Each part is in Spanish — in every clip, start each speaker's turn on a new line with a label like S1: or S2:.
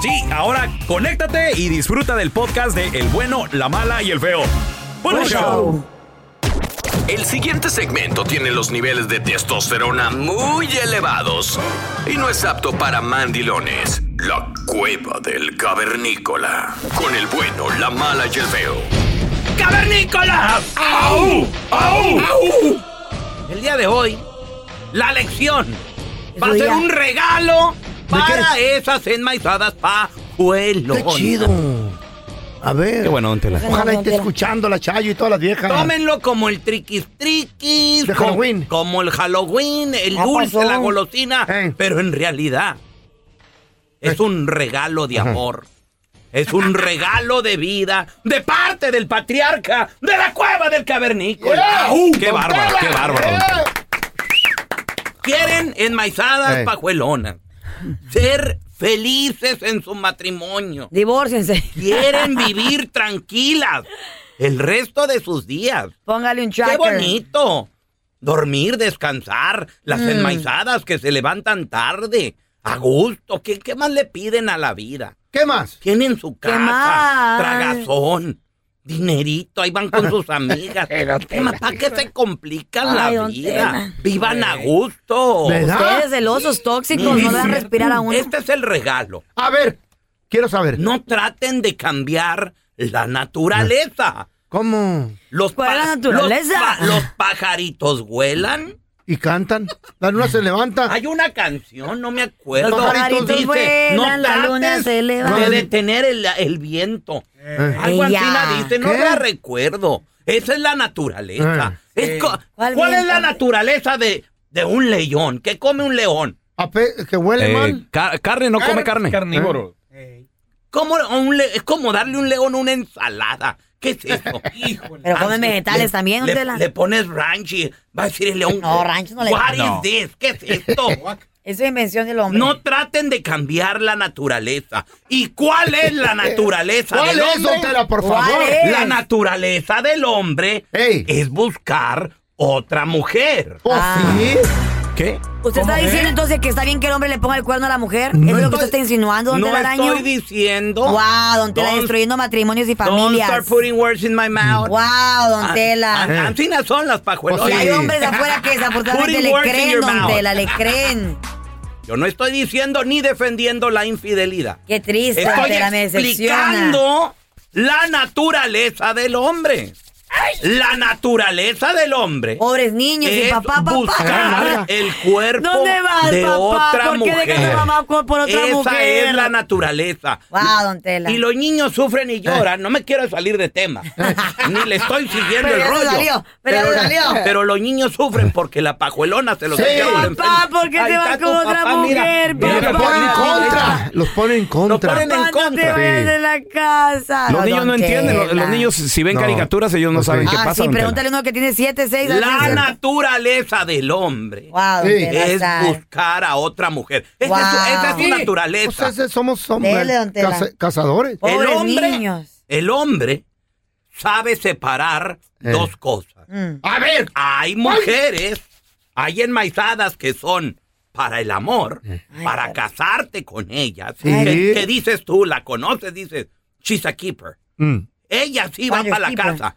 S1: Sí, ahora conéctate y disfruta del podcast de El bueno, la mala y el feo. Buen
S2: Buen
S1: show.
S2: show. El siguiente segmento tiene los niveles de testosterona muy elevados y no es apto para mandilones. La cueva del cavernícola. Con el bueno, la mala y el feo.
S3: ¡Cavernícola! ¡Au! ¡Au! El día de hoy, la lección va a
S4: Eso
S3: ser
S4: ya.
S3: un regalo
S4: ¿De
S3: para esas enmaizadas pajuelonas.
S4: ¡Qué chido! A ver.
S3: Qué buena onda, Tela.
S4: Ojalá esté escuchando la Chayo y todas las viejas.
S3: Tómenlo como el triquis triquis.
S4: De
S3: co-
S4: Halloween.
S3: Como el Halloween, el
S4: Ya
S3: dulce,
S4: pasó. Eh.
S3: la golosina. Pero en realidad, es un regalo de amor. Es un regalo de vida de parte del patriarca de la cueva del cavernícola.
S1: Yeah. ¡Qué Don bárbaro, Tela. qué bárbaro!
S3: Quieren enmaizadas
S1: Ey.
S3: pajuelonas. Ser felices en su matrimonio.
S5: Divórciense.
S3: Quieren vivir tranquilas el resto de sus días.
S5: Póngale un
S3: ¡Qué
S5: tracker.
S3: bonito! Dormir, descansar, las
S5: Mm.
S3: enmaizadas que se levantan tarde, a gusto. ¿Qué, qué más le piden a la vida?
S6: ¿Qué más?
S3: Tienen su casa,
S4: más?
S3: tragazón, dinerito, ahí van con sus amigas. ¿Qué más? ¿Para qué se complican
S5: Ay,
S3: la
S5: don
S3: vida?
S5: Tela.
S3: Vivan a gusto.
S5: Ustedes celosos, tóxicos, no dejan respirar a uno.
S3: Este es el regalo.
S6: A ver, quiero saber.
S3: No traten de cambiar la naturaleza.
S6: ¿Cómo?
S3: Los
S6: ¿Cuál es la
S3: pa- los
S6: naturaleza?
S3: pa- los pajaritos vuelan.
S6: Y cantan. La luna se levanta.
S3: Hay una canción, no me acuerdo.
S6: Los pajaritos
S3: Dice,
S6: vuelan,
S3: no
S6: la
S3: trates
S6: luna se levanta".
S3: de detener el, el viento.
S6: Eh.
S3: Algo así
S6: Ella.
S3: la dice, no
S6: ¿Qué?
S3: la recuerdo. Esa es la naturaleza.
S6: Eh.
S3: Es
S6: Sí.
S3: co-
S6: ¿Cuál
S3: ¿Cuál, es la naturaleza de, de un león? ¿Qué come un león?
S6: que huele
S3: Eh,
S6: mal.
S1: carne,
S3: no come carne.
S6: Carnívoro.
S5: Eh.
S3: ¿Cómo a un le- es como darle a un león una ensalada. ¿Qué es eso? Híjole.
S5: Pero comen
S3: Ah, sí,
S5: vegetales también, don
S3: le,
S5: Tela.
S3: le pones ranch y va a decir el león.
S5: No, ranch no le-
S3: What
S5: No.
S3: is this? ¿Qué es esto?
S5: Eso es invención del hombre.
S3: No traten de cambiar la naturaleza. ¿Y cuál es la naturaleza
S6: ¿Cuál
S3: del
S6: es,
S3: hombre?
S6: don Tela, por
S3: ¿Cuál
S6: favor?
S3: es? La
S6: Ey.
S3: naturaleza del hombre es buscar otra mujer. ¿Qué?
S5: Ah. ¿Usted está
S3: Oh, ¿Cómo
S5: diciendo
S3: ve?
S5: entonces que está bien que el hombre le ponga el cuerno a la mujer? ¿Eso es lo que usted está insinuando, don
S3: no
S5: Telaraño?
S3: estoy diciendo.
S5: Wow, don Tela,
S3: Don't-
S5: destruyendo matrimonios y
S3: Don't
S5: familias.
S3: start putting words in my mouth.
S5: Wow, don
S3: Ah,
S5: Tela.
S3: ah, Así no son las
S6: Pues
S3: pajuelonas.
S5: Y hay hombres afuera que desafortunadamente
S3: Putting
S5: le
S3: words in
S5: creen,
S3: your
S5: don
S3: mouth.
S5: Tela, le creen.
S3: Yo no estoy diciendo ni defendiendo la infidelidad.
S5: Qué triste, don
S3: Estoy
S5: Tela, me decepciona.
S3: explicando la naturaleza del hombre. La naturaleza del hombre.
S5: Pobres niños, sin
S3: es
S5: papá, papá.
S3: buscar el cuerpo
S5: ¿Dónde vas,
S3: de
S5: papá?
S3: otra
S5: ¿Por qué
S3: mujer.
S5: dejas a mamá con- por otra
S3: Esa
S5: mujer?
S3: es la naturaleza.
S5: Wow, don Tela.
S3: Y los niños sufren y lloran. No me quiero salir de tema. Ni le estoy siguiendo
S5: Pero
S3: el
S5: ya le
S3: rollo.
S5: salió, pero ya le salió.
S3: pero los niños sufren porque la pajuelona se los
S6: Sí.
S3: lleva por enfrente.
S5: Papá, ¿por qué
S3: Ahí
S5: te
S3: está
S5: vas
S3: tu
S5: con otra
S3: papá, mira.
S5: mujer, papá?
S3: Mira,
S6: Los ponen en contra. Los ponen en contra.
S3: ponen en
S5: Papá, no te vayas de la casa.
S1: Los niños
S5: don
S1: no entienden, los,
S5: Tela.
S1: los niños si ven
S6: No.
S1: caricaturas ellos no
S6: No sé.
S1: saben qué
S5: Ah,
S1: pasa.
S5: sí,
S1: don Tela.
S5: pregúntale a uno que tiene 7, 6
S3: La naturaleza del hombre
S5: Wow, Sí. don Tela,
S3: es
S5: sal.
S3: buscar a otra mujer. Esa es su-
S5: Wow.
S3: esa es su
S5: Sí.
S3: naturaleza.
S6: Pues ese somos
S5: Dele,
S6: hombres.
S5: don Tela.
S6: caza- cazadores.
S3: el
S5: Pobres
S3: hombre,
S5: niños.
S3: el hombre sabe separar
S1: Eh.
S3: dos cosas.
S5: Mm.
S6: A ver.
S3: Hay mujeres, hay enmaizadas que son para el amor,
S1: Eh.
S3: para casarte con ellas.
S6: Sí.
S3: Que, que dices tú, la conoces, dices, she's a keeper. Ella sí va para la
S5: pues.
S3: casa.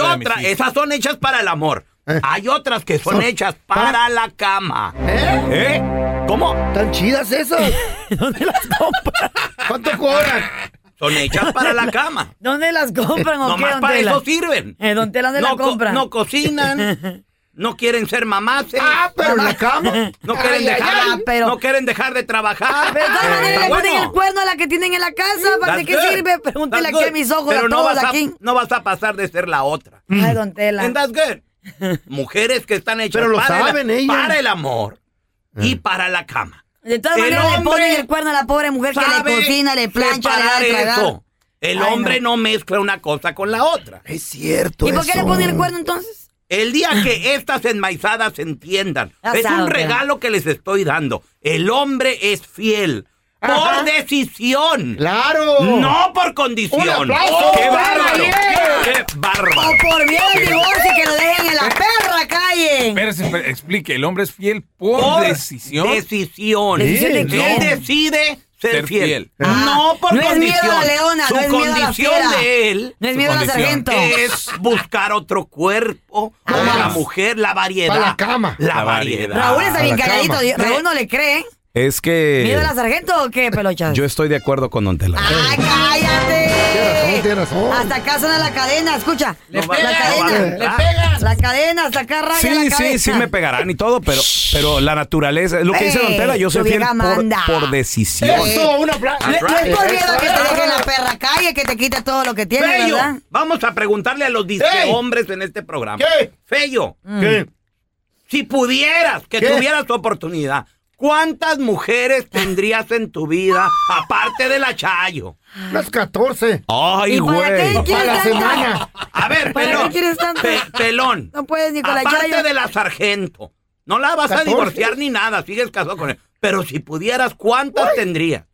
S7: madre de mis
S3: otras, esas son hechas para el amor.
S5: Eh.
S3: Hay otras que son hechas para la cama. ¿Eh? ¿Cómo?
S6: Tan chidas esas.
S5: ¿Dónde las compran?
S6: ¿Cuánto cobran?
S3: Son hechas para la cama.
S5: ¿Dónde las compran o qué,
S3: Nomás
S5: don
S3: para
S5: Tela?
S3: eso sirven.
S5: Eh, don Tela, ¿dónde
S3: no
S5: la
S3: co-
S5: compran?
S3: no cocinan, no quieren ser mamás. ¿eh?
S6: Ah, pero en la cama.
S3: No quieren,
S5: Ay, ay,
S3: dejar,
S5: ay. Ah, pero-
S3: no quieren dejar de trabajar.
S5: Ah, Pero de todas maneras
S3: Eh, Está
S5: le ponen
S3: bueno.
S5: el cuerno a la que tienen en la casa. ¿Para
S3: That's
S5: qué
S3: good.
S5: sirve? Pregúntele
S3: That's
S5: aquí
S3: good.
S5: a mis ojos
S3: Pero
S5: a
S3: no
S5: todos
S3: vas a, Mm.
S5: aquí.
S3: No vas a pasar de ser la otra.
S5: Ay, don Tela.
S3: And that's good. Mujeres que están hechas
S6: Pero lo
S3: para,
S6: saben
S3: el,
S6: ellas.
S5: Eh.
S3: para el amor y para la cama.
S5: De todas
S3: El
S5: maneras, le
S3: hombre
S5: ponen el cuerno a la pobre mujer que le
S3: sabe
S5: cocina, le plancha, le da
S3: separar
S5: de tragar.
S3: eso. El
S5: Ay,
S3: hombre no. mezcla una cosa con la otra.
S8: Es cierto
S5: ¿Y por qué
S8: eso.
S5: le ponen el cuerno entonces?
S3: El día que estas enmaizadas se entiendan,
S5: Ya
S3: es
S5: sabe,
S3: un
S5: pero-
S3: regalo que les estoy dando. El hombre es fiel por
S6: Ajá.
S3: decisión,
S6: ¡Claro!
S3: no por condición.
S6: Un aplauso.
S3: ¡Qué
S6: ¡Oh,
S3: bárbaro!
S6: bien!
S3: ¡Qué bárbaro!
S5: O por miedo al divorcio que lo dejen en la perra calle.
S9: Espérese, espérese, explique, el hombre es fiel por, decisión.
S3: decisión.
S5: ¿Decisión de
S3: Él
S5: qué?
S3: decide ser,
S9: Ser
S3: fiel.
S9: fiel.
S3: No por
S5: Ah. No es
S3: condición.
S5: miedo a la leona,
S3: Su
S5: no es miedo a la
S3: condición
S5: fiera.
S3: de él
S5: No es miedo a la
S9: Su condición.
S5: sargento.
S3: es buscar otro cuerpo o
S5: Ah.
S3: la mujer, la variedad.
S6: Pa' la cama.
S3: La
S9: La
S3: variedad.
S9: variedad.
S5: Raúl está
S6: a
S5: bien
S6: la
S5: calladito.
S6: cama.
S5: di- Raúl no le cree.
S10: Es
S5: ¿Miedo a
S10: que
S5: la sargento Ah. o qué, pelochas?
S10: yo estoy de acuerdo con Don Tela.
S5: ¡Ah, cállate!
S6: Tiene razón, tiene razón.
S5: Hasta acá suena la cadena, escucha.
S3: No va-
S5: la
S3: no
S5: cadena.
S3: va- le pegan.
S5: La cadena, hasta acá raya la
S10: Sí,
S5: cabeza. Eh,
S10: sí, sí me pegarán y todo, pero, pero la naturaleza, lo que dice Don Tela, yo soy
S5: Tu
S10: fiel
S5: vieja
S10: por,
S5: manda. Eh,
S10: por decisión.
S6: ¡Eso! ¡Un aplauso!
S5: No no es por miedo a que te
S6: Eso.
S5: dejen en la perra calle, que te quite todo lo que tienes,
S3: Feyo,
S5: ¿verdad?
S3: vamos a preguntarle a los disque
S6: Ey.
S3: hombres en este programa.
S6: ¿Qué?
S3: Feyo,
S6: ¿Qué?
S3: si pudieras, que
S6: ¿Qué?
S3: tuvieras tu oportunidad, ¿cuántas mujeres tendrías en tu vida aparte de la Chayo?
S6: Unas 14.
S10: Ay,
S5: ¿Y para qué
S10: güey.
S6: A
S5: quieres
S6: la
S5: tanta?
S6: semana.
S3: A ver,
S5: ¿Para
S3: pelón.
S5: qué quieres tanto?
S3: Pe- pelón.
S5: No puedes ni con la
S3: aparte
S5: Chayo.
S3: de la sargento. No la vas a
S6: 14.
S3: divorciar ni nada, sigues casado con él. Pero si pudieras, ¿cuántas tendrías?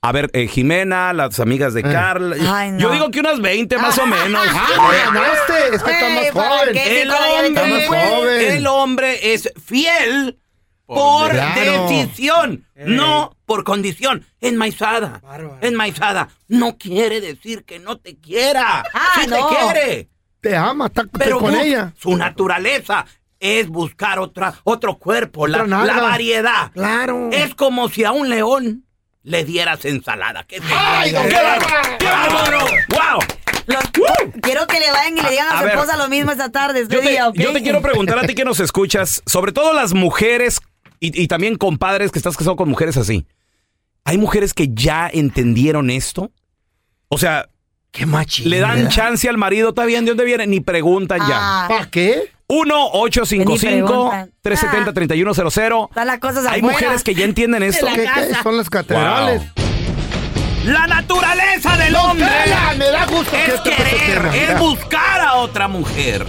S10: A ver, eh, Jimena, las amigas de Carla.
S5: Ay, no.
S10: Yo digo que unas 20 más o menos.
S6: ¡Ah, me ganaste! Es que está
S5: Ey,
S6: más
S5: ¿para
S6: joven.
S5: qué? Ese
S3: el
S5: todavía ahorita
S3: hombre,
S6: no puede.
S3: el hombre es fiel por
S6: Claro.
S3: decisión, no por condición. Enmaizada, enmaizada, no quiere decir que no te quiera.
S5: Ah,
S3: sí
S5: no.
S3: te quiere,
S6: Te ama, está está
S3: pero
S6: con
S3: bus-
S6: ella.
S3: su naturaleza es buscar otra, otro cuerpo, la,
S6: Otra nalga.
S3: la variedad.
S6: Claro.
S3: Es como si a un león le dieras ensalada. ¿Qué te
S6: ¡Ay,
S3: digo?
S6: don Tela!
S3: ¡Qué bárbaro! ¡Guau!
S5: Quiero que le vayan y le digan a,
S10: A
S5: su
S10: ver.
S5: esposa lo mismo esta tarde, este
S10: Yo te,
S5: día, ¿ok?
S10: yo te quiero preguntar a ti que nos escuchas, sobre todo las mujeres y, y también compadres que estás casado con mujeres así. ¿Hay mujeres que ya entendieron esto? O sea,
S8: Qué machín.
S10: le dan chance al marido, está bien, ¿de dónde viene? Ni preguntan ya.
S5: Ah,
S6: ¿Para qué?
S5: Ni preguntan.
S10: 1-855-370-3100.
S5: están las cosas
S10: Hay
S5: afuera.
S10: mujeres que ya entienden esto.
S6: ¿Qué, qué? Son las catedrales.
S3: La naturaleza del hombre.
S6: ¡Tela! Me da gusto que
S3: Es
S6: toque este
S3: querer,
S6: tema,
S3: es
S6: mira.
S3: buscar a otra mujer.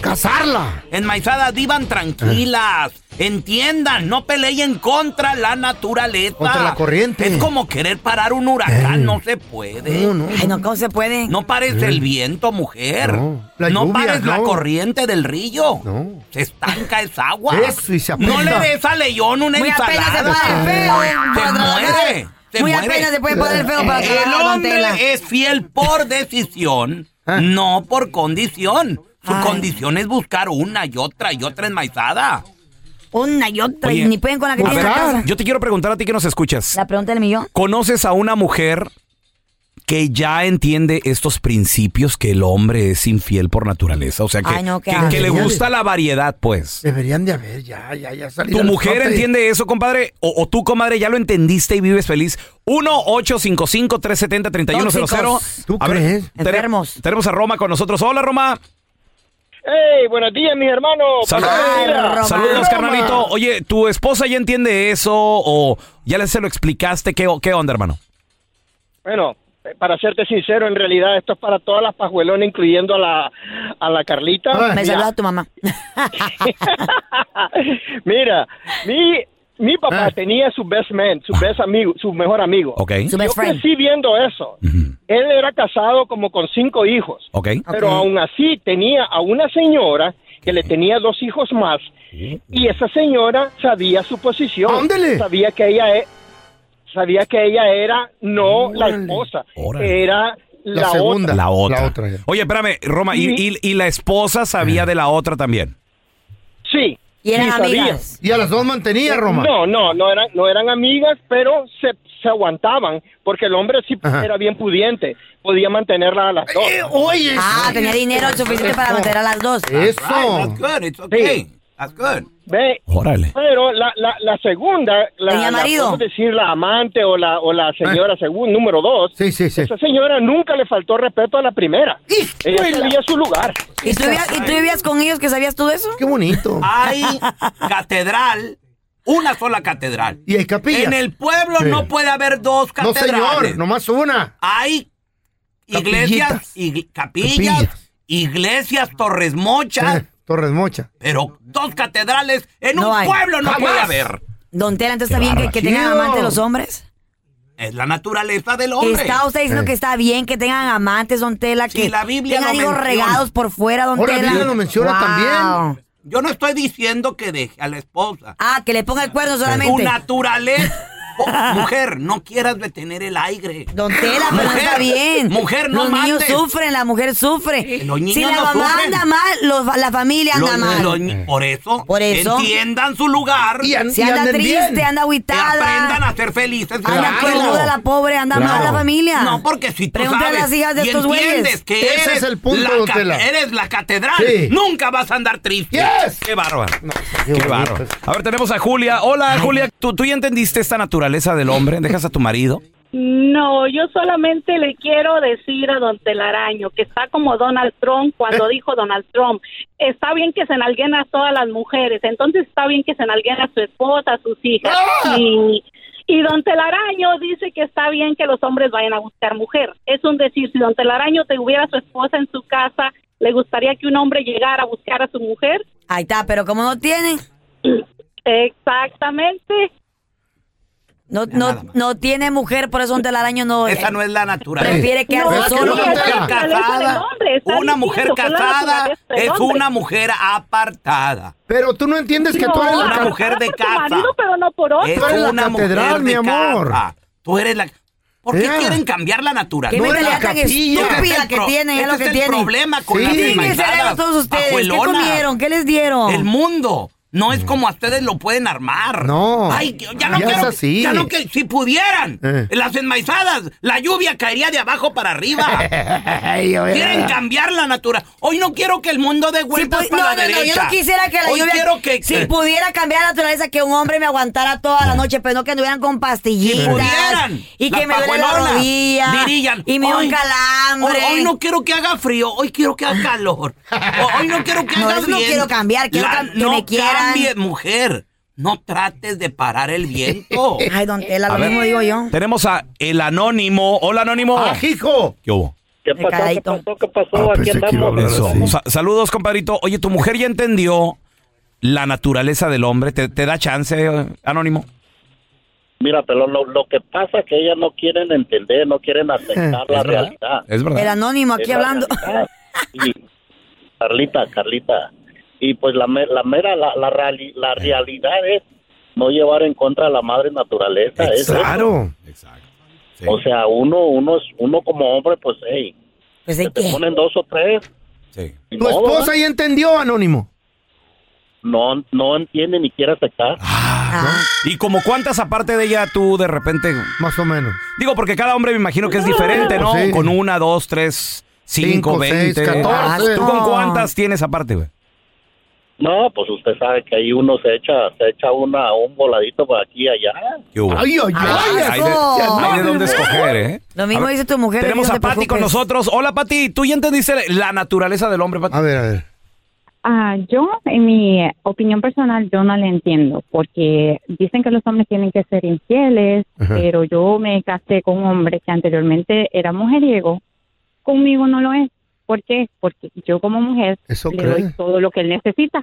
S6: casarla.
S3: Enmaizadas, vivan tranquilas. Entiendan, no peleen contra la naturaleza.
S6: Contra la corriente.
S3: Es como querer parar un huracán, no se puede.
S6: No, no.
S5: Ay, no, ¿cómo se puede?
S3: No pares el viento, mujer.
S6: No,
S3: No,
S6: la lluvia,
S3: pares la
S6: no.
S3: corriente del río.
S6: No.
S3: Se estanca esa agua.
S6: Eso, y se
S3: no le
S6: aprieta.
S3: des a León una
S5: Muy apenas se
S3: ensalada.
S5: para el feo. para trabajar.
S3: muere, se
S5: Muy
S3: muere.
S5: apenas se puede parar el feo para trabajar,
S3: El
S5: don Tela.
S3: hombre es fiel por decisión, no por condición. Su
S5: Ay.
S3: condición es buscar una y otra y otra enmaizada.
S5: Una y otra, y
S10: Oye,
S5: ni pueden con la que
S10: a
S5: tienen en la
S10: ver,
S5: casa.
S10: yo te quiero preguntar a ti que nos escuchas.
S5: La pregunta del millón.
S10: ¿Conoces a una mujer que ya entiende estos principios que el hombre es infiel por naturaleza? O sea, que,
S5: Ay, no, qué
S10: que-
S5: asco.
S10: que le gusta la variedad, pues.
S6: Deberían de haber ya, ya, ya salido.
S10: ¿Tu
S6: al
S10: mujer
S6: tope.
S10: entiende eso, compadre? O, o tú, comadre, ya lo entendiste y vives feliz? 1-855-370-3100.
S6: ¿Tú
S10: A ver,
S6: crees?
S10: tere-
S5: Enfermos.
S10: Tenemos a Roma con nosotros. Hola, Roma.
S11: ¡Hey! Buenos días, mis hermanos.
S10: Salud-
S5: Ay, Roma.
S10: Saludos, carnalito. Oye, ¿tu esposa ya entiende eso? ¿O ya le- se lo explicaste? ¿Qué, o- qué onda, hermano?
S11: Bueno, eh, para serte sincero, en realidad esto es para todas las pajuelonas, incluyendo a la, a la Carlita.
S6: Ah,
S5: Me
S11: Mira,
S5: saluda tu mamá.
S11: Mira, mi, mi papá
S6: Ah.
S11: tenía su best man, su best amigo, su mejor amigo.
S10: Ok.
S5: Su
S11: Yo
S5: best friend.
S11: crecí viendo eso.
S10: Ujú.
S11: Él era casado como con cinco hijos,
S10: Ok.
S11: pero aún así tenía a una señora que le tenía dos hijos más y esa señora sabía su posición.
S6: Ándele.
S11: Sabía que ella e- sabía que ella era no la
S6: Órale.
S11: esposa,
S10: Órale.
S11: era la,
S6: La segunda.
S11: otra.
S10: La otra.
S6: La otra, ya.
S10: Oye, espérame, Roma, y, y- y la esposa sabía de la otra también.
S11: Sí.
S5: Y
S11: sí
S5: eran
S11: sabía. Eh,
S5: amigas.
S6: Y a las dos mantenía, Roma.
S11: No, no, no eran, no eran amigas, pero se, se aguantaban, porque el hombre sí
S6: Ajá.
S11: era bien pudiente, podía mantenerla a las dos.
S6: Eh, oye.
S5: Ah,
S6: sí.
S5: tenía dinero suficiente para
S6: Eso.
S5: mantener a las dos.
S3: Right, that's
S6: Eso.
S3: good, it's okay. That's good.
S11: Ve,
S10: Órale.
S11: pero la, la, la segunda,
S5: ¿Tenía
S11: la, la
S5: marido?
S11: podemos decir la amante o la, o la señora según número dos,
S6: Eh. Sí, sí, sí.
S11: esa señora nunca le faltó respeto a la primera. Ella
S6: Híjole.
S11: sabía su lugar.
S5: ¿Y tú, vivías, ¿Y tú vivías con ellos que sabías todo eso?
S6: Qué bonito.
S3: Hay catedral una sola catedral.
S6: Y hay capillas.
S3: En el pueblo
S6: Sí.
S3: no puede haber dos
S6: No,
S3: catedrales.
S6: señor, nomás una.
S3: Hay iglesias,
S6: Capillitas.
S3: ig- capillas,
S6: Capillas.
S3: iglesias, torres mochas,
S6: Eh, Torres Mocha.
S3: pero dos catedrales en
S5: No
S3: un
S5: hay.
S3: pueblo no
S6: Jamás.
S3: puede haber.
S5: Don Tela, entonces está bien que, que
S6: barbaridad.
S5: tengan amantes los hombres.
S3: Es la naturaleza del hombre.
S5: Está usted diciendo
S6: Eh.
S5: que está bien que tengan amantes, Don Tela,
S3: Sí,
S5: que
S3: la Biblia
S5: tengan
S3: lo
S5: hijos
S3: menciona.
S5: regados por fuera, Don
S6: Ahora,
S5: Tela.
S6: la Biblia lo menciona también.
S3: Yo no estoy diciendo que deje a la esposa.
S5: Ah, que le ponga el
S10: Eh,
S5: cuerno
S3: Tu
S5: solamente.
S3: naturaleza. Oh, mujer, no quieras detener el aire.
S5: Don Tela, pero no
S3: Mujer,
S5: está bien.
S3: mujer, no
S5: Los niños
S3: mates.
S5: sufren, la mujer sufre.
S3: Los niños
S5: si la
S3: no
S5: mamá
S3: sufren.
S5: anda mal, los- la familia anda
S3: Los-
S5: mal.
S3: los ni- por eso,
S5: Por e- eso.
S3: entiendan su lugar.
S6: Y an-
S5: si
S6: y
S5: anda
S6: anden
S5: triste,
S6: bien.
S5: anda
S3: que aprendan
S5: aguitada,
S3: a ser felices.
S5: anda
S3: Claro.
S5: cuernuda la pobre, anda mal la familia.
S3: No, porque si tú
S5: Pregúntale
S3: sabes
S5: a las hijas de
S3: y
S5: estos
S3: entiendes
S5: güeyes.
S3: que
S6: Ese
S3: eres,
S6: es el punto,
S3: la
S6: don
S3: ca-
S6: Tela.
S3: eres la catedral,
S6: Sí.
S3: nunca vas a andar triste.
S6: Yes.
S12: Qué bárbaro.
S6: Qué
S12: Claro.
S6: bonito.
S12: A ver, tenemos a Julia. Hola, Julia. ¿Tú, ¿Tú ya entendiste esta naturaleza del hombre? ¿Dejas a tu marido?
S13: No, yo solamente le quiero decir a don Telaraño que está como Donald Trump cuando dijo Donald Trump, está bien que se enalguen a todas las mujeres, entonces está bien que se enalguen a su esposa, a sus hijas.
S6: ¡Ah!
S13: Y, y don Telaraño dice que está bien que los hombres vayan a buscar mujer. Es un decir, si don Telaraño tuviera a su esposa en su casa, ¿le gustaría que un hombre llegara a buscar a su mujer?
S5: Ahí está, pero como no tienen,
S13: Exactamente.
S5: no, no, no tiene mujer, por eso Don Telaraño no.
S3: Esa no es la naturaleza.
S5: Prefiere quedarse
S6: ¿verdad que
S5: solo.
S6: no, don Tela?
S3: mujer casada, una mujer casada es una mujer apartada.
S6: Pero tú no entiendes que tú eres la
S3: una
S6: ca-
S3: mujer de
S13: casa.
S3: casa.
S13: pero no por otro.
S3: Es
S6: Tú eres la
S3: una mujer
S6: catedral, mi
S3: de
S6: amor.
S3: casa. Tú eres la... ¿Por qué
S6: Ea.
S3: quieren cambiar la
S5: Qué
S3: naturaleza?
S6: No era
S5: mentalidad
S6: la
S5: tan
S3: Este
S6: capilla.
S3: es
S5: estúpida
S3: el
S5: que
S3: pro-
S5: tienen, es lo
S3: este
S5: que
S3: es el
S5: tienen.
S3: problema con
S6: Sí.
S3: las
S5: ¿Qué tienen el
S3: desmaizadas,
S5: cerebro todos ustedes? ¿Qué
S3: ajuelonas.
S5: comieron? ¿Qué les dieron?
S3: El mundo. No es como a ustedes lo pueden armar.
S6: Mm. No.
S3: Ay, ya no
S6: Ya
S3: quiero.
S6: es así.
S3: Ya no que si pudieran.
S6: Eh.
S3: Las enmaizadas, la lluvia caería de abajo para arriba.
S6: Ay, a ver.
S3: Quieren cambiar la natura. Hoy no quiero que el mundo dé
S5: Si
S3: vueltas
S5: pu-
S3: para
S5: pues, no, no,
S3: la
S5: no, yo
S3: derecha.
S5: no quisiera que la
S3: Hoy
S5: lluvia.
S3: quiero que
S5: si
S3: que- Ah.
S5: pudiera cambiar la naturaleza, que un hombre me aguantara toda la noche, pero no que anduvieran con pastillitas.
S3: Si pudieran,
S5: y que
S3: las
S5: me duele la
S3: pajuelonas
S5: rodilla.
S3: dirían,
S5: y me dio un
S3: "Ay,
S5: calambre.
S3: Hoy, hoy no quiero que haga frío, hoy quiero que haga calor. O- Hoy no quiero que
S5: No,
S3: haga
S5: eso no
S3: bien.
S5: quiero cambiar, quiero cam- que
S3: no
S5: me quieran.
S3: cambies, mujer. No trates de parar el viento.
S5: Ay, don Tela,
S12: A
S5: lo
S12: ver.
S5: mismo digo yo.
S12: Tenemos a el anónimo. Hola, anónimo.
S6: Ajijo.
S12: ¿Qué hubo?
S14: ¿Qué
S5: pasó? ¿Qué pasó?
S14: ¿Qué pasó?
S6: Ah, Aquí pensé que iba a andamos. hablar
S12: Eso.
S6: Sí.
S12: Sa- saludos, compadrito. Oye, tu mujer ya entendió la naturaleza del hombre. ¿Te, te da chance, eh, anónimo?
S14: Mira, pero lo, lo que pasa es que ellas no quieren entender, no quieren aceptar la realidad.
S12: Es
S5: El
S12: verdad.
S5: anónimo aquí
S14: Es la
S5: hablando.
S14: realidad. Y- Carlita, Carlita. Y pues la, me- la mera, la, la, reali- la realidad es no llevar en contra a la madre naturaleza. es eso.
S6: Claro.
S12: Sí.
S14: O sea, uno, uno, es- uno como hombre, pues, hey,
S5: Pues
S14: se
S5: de
S14: te
S5: qué.
S14: ponen dos o tres.
S12: Sí.
S14: y
S6: Tu
S14: no,
S6: esposa
S14: ¿verdad?
S6: ya entendió, Anónimo.
S14: no, no entiende ni quiere aceptar.
S5: Ah,
S12: ¿Y como cuántas aparte de ella tú de repente?
S6: Más o menos.
S12: Digo, porque cada hombre me imagino que es diferente, ¿no?
S6: Sí.
S12: Con una, dos, tres, cinco,
S6: Cinco, seis,
S12: veinte.
S6: catorce.
S12: ¿Tú con cuántas tienes aparte, güey?
S14: No, pues usted sabe que ahí uno se echa, se echa una, un voladito por aquí y allá.
S12: ¿Qué hubo?
S6: Ay, ay,
S5: Ah,
S6: ay.
S12: hay, de,
S5: eso.
S12: hay de dónde escoger, ¿eh?
S5: Lo mismo
S12: A ver,
S5: dice tu mujer,
S12: Tenemos a
S5: no te
S12: Pati con
S5: preocupes.
S12: nosotros. Hola, Pati. ¿Tú ya entendiste la naturaleza del hombre, Pati?
S6: A ver, a ver.
S13: Ah, yo, en mi opinión personal, yo no la entiendo, porque dicen que los hombres tienen que ser infieles,
S6: Ajá.
S13: pero yo me casé con un hombre que anteriormente era mujeriego, conmigo no lo es. ¿Por qué? Porque yo como mujer
S6: Eso
S13: le
S6: cree.
S13: doy todo lo que él necesita.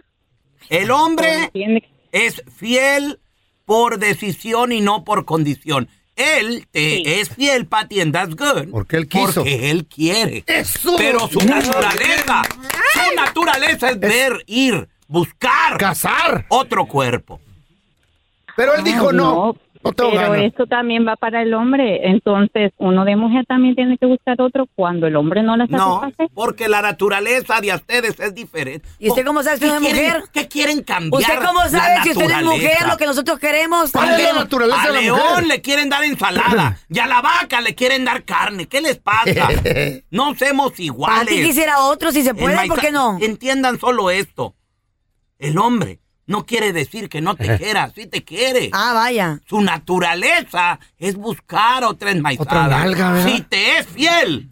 S3: El hombre
S13: ¿Entiendes?
S3: es fiel por decisión y no por condición. Él te
S13: Sí.
S3: es fiel, Patty, and that's good.
S6: Porque él quiso.
S3: Porque él quiere.
S6: Eso.
S3: Pero su naturaleza, su naturaleza es ver, ir, buscar
S6: Casar.
S3: otro cuerpo.
S6: Pero él dijo no. No tengo
S13: pero
S6: ganas.
S13: eso también va para el hombre. Entonces, uno de mujer también tiene que buscar otro cuando el hombre no la
S3: No,
S13: satisface.
S3: porque la naturaleza de ustedes es diferente. Oh,
S5: ¿Y usted cómo sabe si
S3: ¿Qué
S5: usted es
S3: quieren-
S5: mujer?
S3: ¿Qué quieren cambiar?
S5: ¿Usted cómo
S3: la
S5: sabe si usted es mujer
S3: naturaleza?
S5: lo que nosotros queremos?
S6: ¿Cuál es la
S3: León-
S6: naturaleza
S3: a
S6: de la
S3: león
S6: mujer?
S3: le quieren dar ensalada y a la vaca le quieren dar carne. ¿Qué les pasa? no somos
S5: Para ti
S3: iguales.
S5: quisiera otro, si se puede,
S3: En
S5: ¿por qué no?
S3: Maizá- Entiendan solo esto. El hombre no quiere decir que no te quiera, sí te quiere.
S5: Ah, vaya.
S3: Su naturaleza es buscar otra enmaizada.
S6: Otra nalga, ¿verdad?
S3: si te es fiel,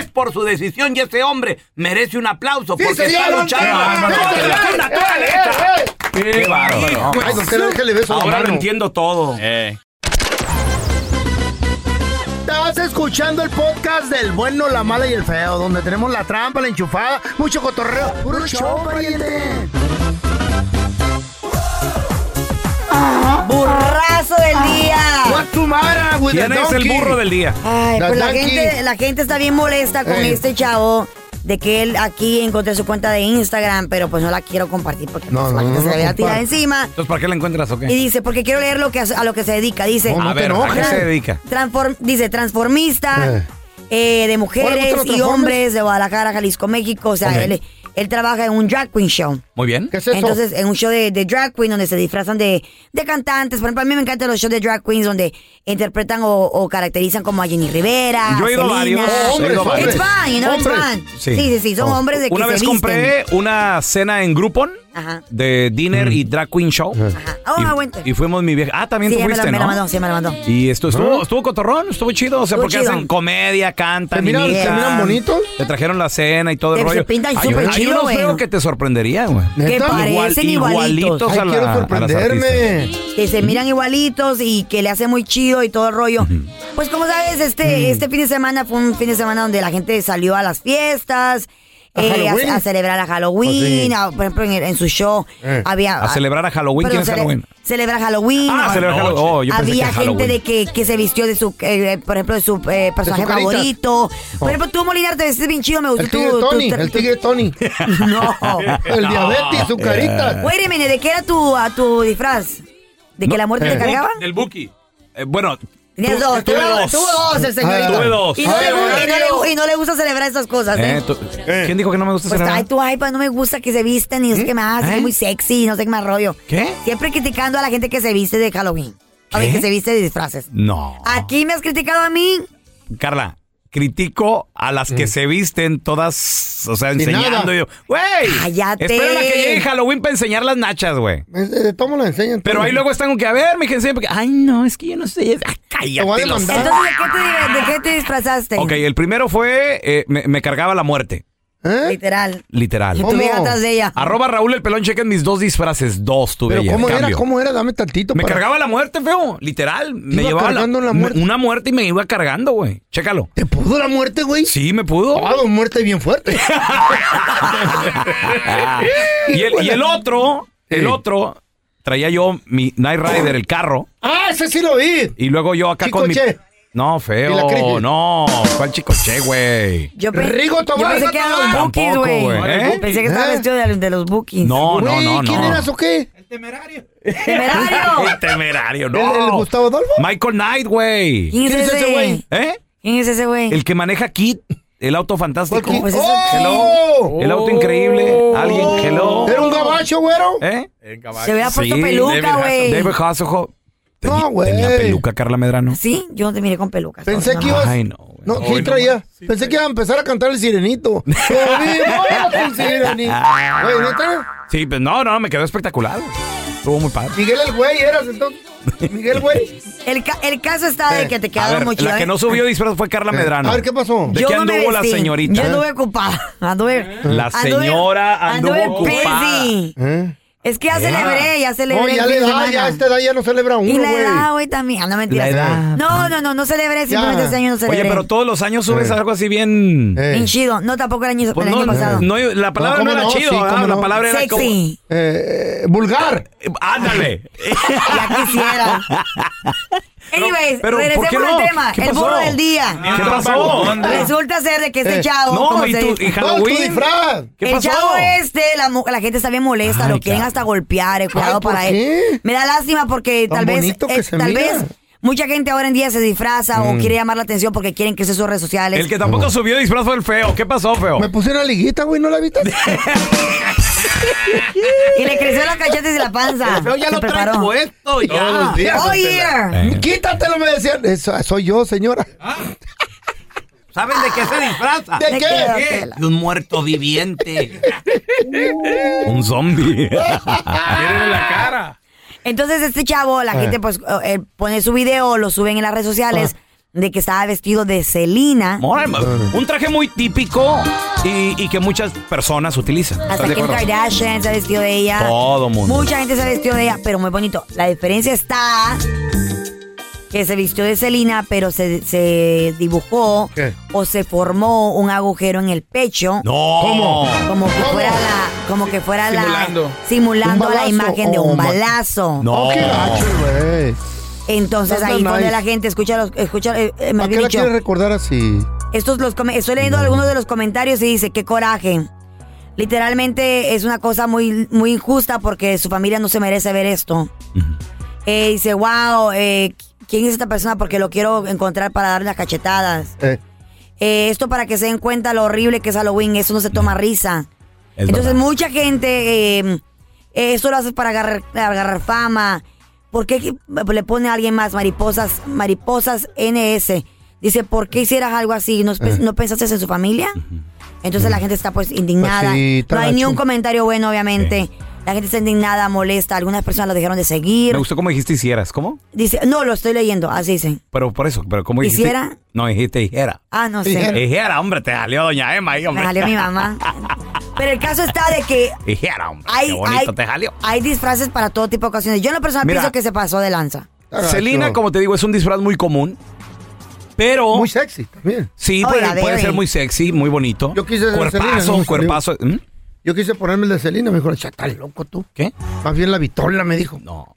S3: es por su decisión y ese hombre merece un aplauso porque está luchando
S6: ¡Eh,
S3: contra
S6: eh,
S3: su
S6: eh,
S3: naturaleza.
S6: eh, eh!
S3: Qué bárbaro.
S6: Ay, don Tela, déjale beso a la
S3: Ahora lo
S6: mano.
S3: entiendo todo.
S15: Estás escuchando el podcast del bueno, la mala y el feo, donde tenemos la trampa, la enchufada, mucho cotorreo. ¡Puro show, pariente!
S5: Burrazo del día.
S15: Guatumara, güey.
S3: ¿Quién es el burro del día?
S5: Ay,
S15: La
S5: pues la
S15: Yankee.
S5: gente, la gente está bien molesta con
S15: Ey.
S5: este chavo de que él aquí encontré su cuenta de Instagram, pero pues no la quiero compartir porque
S15: No,
S5: pues,
S15: no,
S5: la gente
S15: no,
S5: se
S15: no
S5: le había tirado
S15: comparte.
S5: encima.
S3: Entonces, ¿para qué la encuentras o
S5: Y
S3: qué?
S5: dice, porque quiero leer lo que, a lo que se dedica. Dice,
S15: No, no
S3: A
S15: te
S3: ver, ¿a qué
S15: enojes.
S3: se dedica?
S5: Transform- dice transformista eh, de
S15: Hola,
S5: mujeres
S15: ¿gustan los
S5: y
S15: Transformers?
S5: hombres de Guadalajara, Jalisco, México. O sea,
S15: Ok.
S5: él, él trabaja en un drag queen show.
S3: Muy bien.
S15: ¿Qué es eso?
S5: Entonces, en un show de, de drag queen donde se disfrazan de, de cantantes. Por ejemplo, a mí me encantan los shows de drag queens donde interpretan o, o caracterizan como a Jenny Rivera.
S3: Yo he ido a
S5: Selena.
S3: varios. Oh, hombres,
S5: It's
S3: hombres.
S5: fun, you know, it's
S15: Hombres.
S5: fun.
S3: Sí.
S5: Sí, sí, sí, son hombres de que
S3: Una
S5: se
S3: vez
S5: visten.
S3: compré una cena en Groupon
S5: Ajá.
S3: de dinner y drag queen show.
S5: Ajá. Oh,
S3: Y-
S5: aguanta.
S3: y, fuimos mi vieja. Ah, también
S5: Sí,
S3: tú
S5: ya me, la,
S3: fuiste,
S5: me la
S3: ¿no?
S5: mandó, sí, me la mandó.
S3: Y esto estuvo, estuvo cotorrón, estuvo chido, o sea,
S5: Estuvo
S3: porque
S5: chido.
S3: hacen comedia, cantan,
S15: ¿Eh? Ah. ¿Se miran- se
S3: imitan.
S15: miran bonitos?
S3: Te trajeron la cena y todo
S5: Te-
S3: el
S5: se
S3: rollo.
S5: pintan
S3: hay,
S5: súper
S3: hay
S5: chido,
S3: unos
S5: güey.
S3: feos que te sorprendería, güey.
S5: Que
S15: ¿Neta?
S5: parecen igualitos.
S3: igualitos
S15: Ay,
S3: a la, a
S15: quiero
S3: las artistas.
S15: sorprenderme.
S5: que se miran igualitos y que le hace muy chido y todo el rollo. Pues como sabes, este, este fin de semana fue un fin de semana donde la gente salió a las fiestas.
S15: ¿A
S5: eh, a-
S15: Halloween?
S5: a, celebrar
S3: Oh,
S5: a Halloween,
S15: Pues sí.
S5: a- por ejemplo en, el- en su show
S15: Eh.
S5: había
S3: A celebrar a Halloween,
S5: perdón,
S3: ¿quién es
S5: cele-
S3: Halloween?
S5: Celebrar Halloween.
S3: Ah,
S5: o-
S3: celebrar Halloween. Oh, yo pensé
S5: había
S3: que
S5: gente
S3: Halloween.
S5: de que, que se vistió de su, eh, por ejemplo, de su eh, personaje
S15: carita.
S5: favorito.
S3: Oh.
S5: Por ejemplo, tú Molinar te vestes bien chido, me gustó
S15: El tigre
S5: tu- tu-
S15: Tony,
S5: tu-
S15: el tigre Tony.
S5: No.
S15: El diabetes, su carita.
S5: Wait a minute, ¿de qué era tu, a tu disfraz? ¿De que la muerte te cargaba?
S7: Del Buki.
S3: Eh, bueno,
S5: Tenías
S3: Tú-
S5: dos,
S3: tuve
S5: tuvo
S3: dos.
S5: tuvo dos el señorito.
S3: tuve dos.
S5: Y no,
S15: Ay,
S5: le, gu- y no le gu-
S15: Mario.
S5: y no le gusta celebrar estas cosas, ¿eh?
S3: eh, tú- ¿quién dijo que no me gusta
S5: Pues
S3: celebrar?
S5: ay, tu ay, pues no me gusta que se visten y no sé qué más,
S3: ¿Eh?
S5: es muy sexy y no sé qué más rollo.
S3: ¿Qué?
S5: Siempre criticando a la gente que se viste de Halloween. A ver,
S3: ¿Qué?
S5: que se viste de disfraces.
S3: No.
S5: Aquí me has criticado a mí.
S3: Carla, critico a las que se visten todas, o sea,
S15: Mm. Sin
S3: enseñando.
S15: nada.
S3: y Yo, güey,
S5: Cállate.
S3: espera a que llegue Halloween para enseñar las nachas, güey.
S15: Es- De tomo la enseñan.
S3: Pero ahí luego están con que, a ver, mi gente, porque, ay, no, es que yo no sé. Ah,
S15: Te voy a
S3: cállate. los-
S15: demandar.
S5: Entonces, ¿de qué te, de qué te disfrazaste?
S3: Ok, el primero fue, eh, me, me cargaba la muerte,
S15: ¿Eh?
S5: Literal.
S3: literal.
S5: Y
S15: ¿Cómo?
S5: tú vienes atrás de ella.
S3: Arroba Raúl el pelón, chequen mis dos disfraces, dos tuve
S15: Pero
S3: ayer,
S15: ¿cómo era?
S3: cambio.
S15: ¿Cómo era? Dame tantito.
S3: Me
S15: para-
S3: cargaba la muerte, feo, literal. Me
S15: iba
S3: llevaba
S15: cargando la
S3: me-
S15: muerte.
S3: una muerte y me iba cargando, güey. Chécalo.
S15: ¿Te pudo la muerte, güey?
S3: Sí, me pudo.
S15: Ah, dos muertes bien fuerte.
S3: Y el, y el otro, el
S15: Sí.
S3: otro, traía yo mi Night Rider, el carro,
S15: ah, ese sí lo vi.
S3: y luego yo acá
S15: Chico
S3: con mi...
S15: Che.
S3: No,
S15: Y la
S3: feo,
S15: crisis.
S3: no. ¿Cuál chicoche, güey?
S5: Yo, pe-
S15: Rigo
S5: yo
S15: Tomás,
S5: pensé que era los
S3: Tomás.
S5: bookies,
S3: Tampoco,
S5: güey.
S3: güey. ¿Eh?
S5: Pensé que estaba
S15: ¿Eh?
S5: vestido de, de los bookies.
S3: No, no,
S15: Güey,
S3: no, no.
S15: ¿Quién eras o qué? Eh,
S5: ¡Temerario!
S3: El temerario, no.
S15: ¿El, el Gustavo Adolfo?
S3: Michael Knight, güey.
S5: ¿Quién
S15: ¿Quién
S5: es ese güey?
S3: ¿Eh?
S5: ¿Quién es ese güey?
S3: El que maneja Kit, el auto fantástico.
S15: ¿Cuál Kid?
S5: Pues es el-
S15: ¡Oh!
S3: El auto increíble. Alguien, hello.
S15: ¿Era un gabacho, güero?
S3: ¿Eh?
S5: Se hubiera puesto
S3: Sí,
S5: peluca, güey.
S3: David Hasselhoff. Tenía-
S15: No, güey.
S3: Tenía peluca, Carla Medrano.
S5: Sí, yo no te miré con peluca.
S15: Pensé
S5: sorry,
S15: que
S5: no.
S15: ibas.
S3: Ay, no, güey.
S15: No, sí traía. Pensé que iba a empezar a cantar el sirenito. ¡Vivimos un sirenito! Güey, neta.
S3: Sí, pues no, no, me quedó espectacular. güey. Estuvo muy padre.
S15: Miguel el güey eras entonces. Miguel güey.
S5: El, ca- el caso está de que te
S3: A
S5: quedaron
S3: ver,
S5: mucho.
S3: la que no subió disfraz fue Carla Medrano.
S15: A ver, ¿qué pasó?
S3: ¿De qué anduvo la señorita?
S5: Yo anduve ocupada. Anduve.
S3: La
S5: anduve-
S3: señora anduvo
S5: anduve
S3: ocupada.
S5: busy.
S15: ¿Eh?
S5: Es que ya celebré, ya celebré.
S15: No,
S5: el
S15: ya
S5: fin
S15: le
S5: de
S15: da,
S5: semana.
S15: ya a esta edad ya no celebra uno,
S5: Y la edad,
S15: güey.
S5: güey, también. Ah, No, mentira.
S3: La edad.
S5: No, no, no, no celebré. Simplemente
S15: Ya.
S5: este año no
S3: Oye,
S5: celebré.
S3: pero todos los años subes
S15: Eh.
S3: algo así bien.
S15: Eh,
S5: Bien chido. No, tampoco el año,
S3: Pues
S5: el
S3: no,
S5: año pasado.
S3: no, la palabra no,
S15: No, cómo
S3: era
S15: no,
S3: chido,
S15: sí,
S3: ¿verdad?
S15: cómo
S3: la
S15: no.
S3: palabra era como.
S5: Sexy.
S15: eh, vulgar.
S3: Ándale.
S5: Ya quisiera. Anyways,
S3: pero, ¿por qué
S5: regresemos
S3: no?
S5: al tema.
S3: ¿Qué
S5: El
S3: pasó? Ah,
S5: burro del día.
S3: ¿Qué pasó?
S5: Resulta ser de que este
S15: Eh,
S5: chavo.
S3: No,
S5: como
S3: y
S5: se
S3: tú,
S5: dice,
S3: y
S15: No, tu
S3: Halloween.
S15: disfraz.
S3: ¿Qué
S5: el
S3: pasó?
S5: chavo este, la, mu- la gente está bien molesta,
S3: Ay,
S5: lo quieren
S3: claro.
S5: hasta golpear, eh, cuidado
S15: Ay, ¿por
S5: para
S15: qué?
S5: él. Me da lástima porque
S15: Tan
S5: tal vez,
S15: bonito que
S5: eh,
S15: se
S5: tal
S15: mira. Mm.
S5: vez mucha gente ahora en día se disfraza o quiere llamar la atención porque quieren que sus redes sociales.
S3: El que tampoco subió disfraz fue el feo. ¿Qué pasó, feo?
S15: Me puse una liguita, güey, ¿no la viste?
S5: Y le creció los cachetes y la panza. Se preparó.
S3: puesto
S15: Todos los días.
S5: Oh,
S15: don Tela.
S5: yeah.
S3: Eh.
S15: Quítatelo, me decían. Eso, soy yo, señora.
S14: ¿Saben de qué se disfraza?
S15: ¿De
S5: Me
S15: qué?
S5: quedo, Tela.
S14: De un muerto viviente.
S3: Un zombie.
S7: la cara.
S5: Entonces este chavo, la gente pues eh, pone su video, lo suben en las
S15: Ah.
S5: redes sociales de que estaba vestido de Selena.
S3: Mora, Un traje muy típico Y, y que muchas personas utilizan. ¿Estás
S5: Hasta
S3: de
S5: Kim
S3: acuerdo?
S5: Kardashian se vestió de ella.
S3: Todo mundo.
S5: Mucha gente se vestió de ella, pero muy bonito. La diferencia está que se vistió de Selena, pero se, se dibujó
S6: ¿Qué?
S5: o se formó un agujero en el pecho.
S3: No. ¿Cómo?
S5: Como que fuera la, como que fuera
S7: Simulando.
S5: la, simulando
S6: ¿Un
S5: la
S6: balazo?
S5: imagen de
S6: Oh,
S5: un
S6: my-
S5: balazo.
S3: No.
S6: Oh, qué gacho, güey.
S5: Entonces
S6: That's
S5: ahí
S6: not
S5: fue donde
S6: nice.
S5: la gente escucha los, escucha, eh, eh, más
S6: ¿Para qué
S5: bien
S6: la
S5: dicho,
S6: quieres recordar así?
S5: estos los come- estoy leyendo algunos de los comentarios y dice, qué coraje. Literalmente es una cosa muy, muy injusta porque su familia no se merece ver esto. Eh, dice, wow, eh, ¿quién es esta persona? Porque lo quiero encontrar para darle las cachetadas.
S6: Eh,
S5: Eh, esto para que se den cuenta lo horrible que es Halloween, eso no se toma risa.
S3: Es
S5: Entonces
S3: verdad.
S5: mucha gente, eh, eh, esto lo hace para agarrar, agarrar fama. ¿Por qué le pone a alguien más mariposas, mariposas NS? Dice, ¿por qué hicieras algo así? ¿No, pe- no pensaste en su familia? Entonces
S3: Mm.
S5: la gente está pues indignada.
S6: Pues sí, está
S5: no hay ni
S6: gacho.
S5: un comentario bueno, obviamente. La gente está indignada, molesta. Algunas personas lo dejaron de seguir.
S3: Me gustó cómo dijiste hicieras. ¿Cómo?
S5: Dice, no, lo estoy leyendo, así dicen.
S3: Pero por eso, pero ¿cómo dijiste?
S5: ¿Hiciera?
S3: No, dijiste hijera.
S5: Ah, no sé.
S3: Hijera, hombre, te salió doña Emma ahí,
S5: Me
S3: hombre.
S5: salió mi mamá. Pero el caso está de que
S3: Hijera, hombre.
S5: hay,
S3: qué bonito
S5: hay-
S3: te salió.
S5: hay disfraces para todo tipo de ocasiones. Yo en lo personal
S3: Mira.
S5: pienso que se pasó de lanza.
S6: está gacho.
S3: Celina, como te digo, es un disfraz muy común. Pero
S6: Muy sexy también.
S3: sí,
S5: Oh,
S3: puede,
S5: la de
S3: puede
S5: hoy.
S3: ser muy sexy, muy bonito.
S6: Yo quise ser Selena,
S3: cuerpazo,
S6: no me salió.
S3: cuerpazo. ¿Mm?
S6: Yo quise ponerme el de Celina, me dijo, "Ya estás loco tú.
S3: ¿Qué?
S6: Más bien la vitola, me dijo.
S3: No.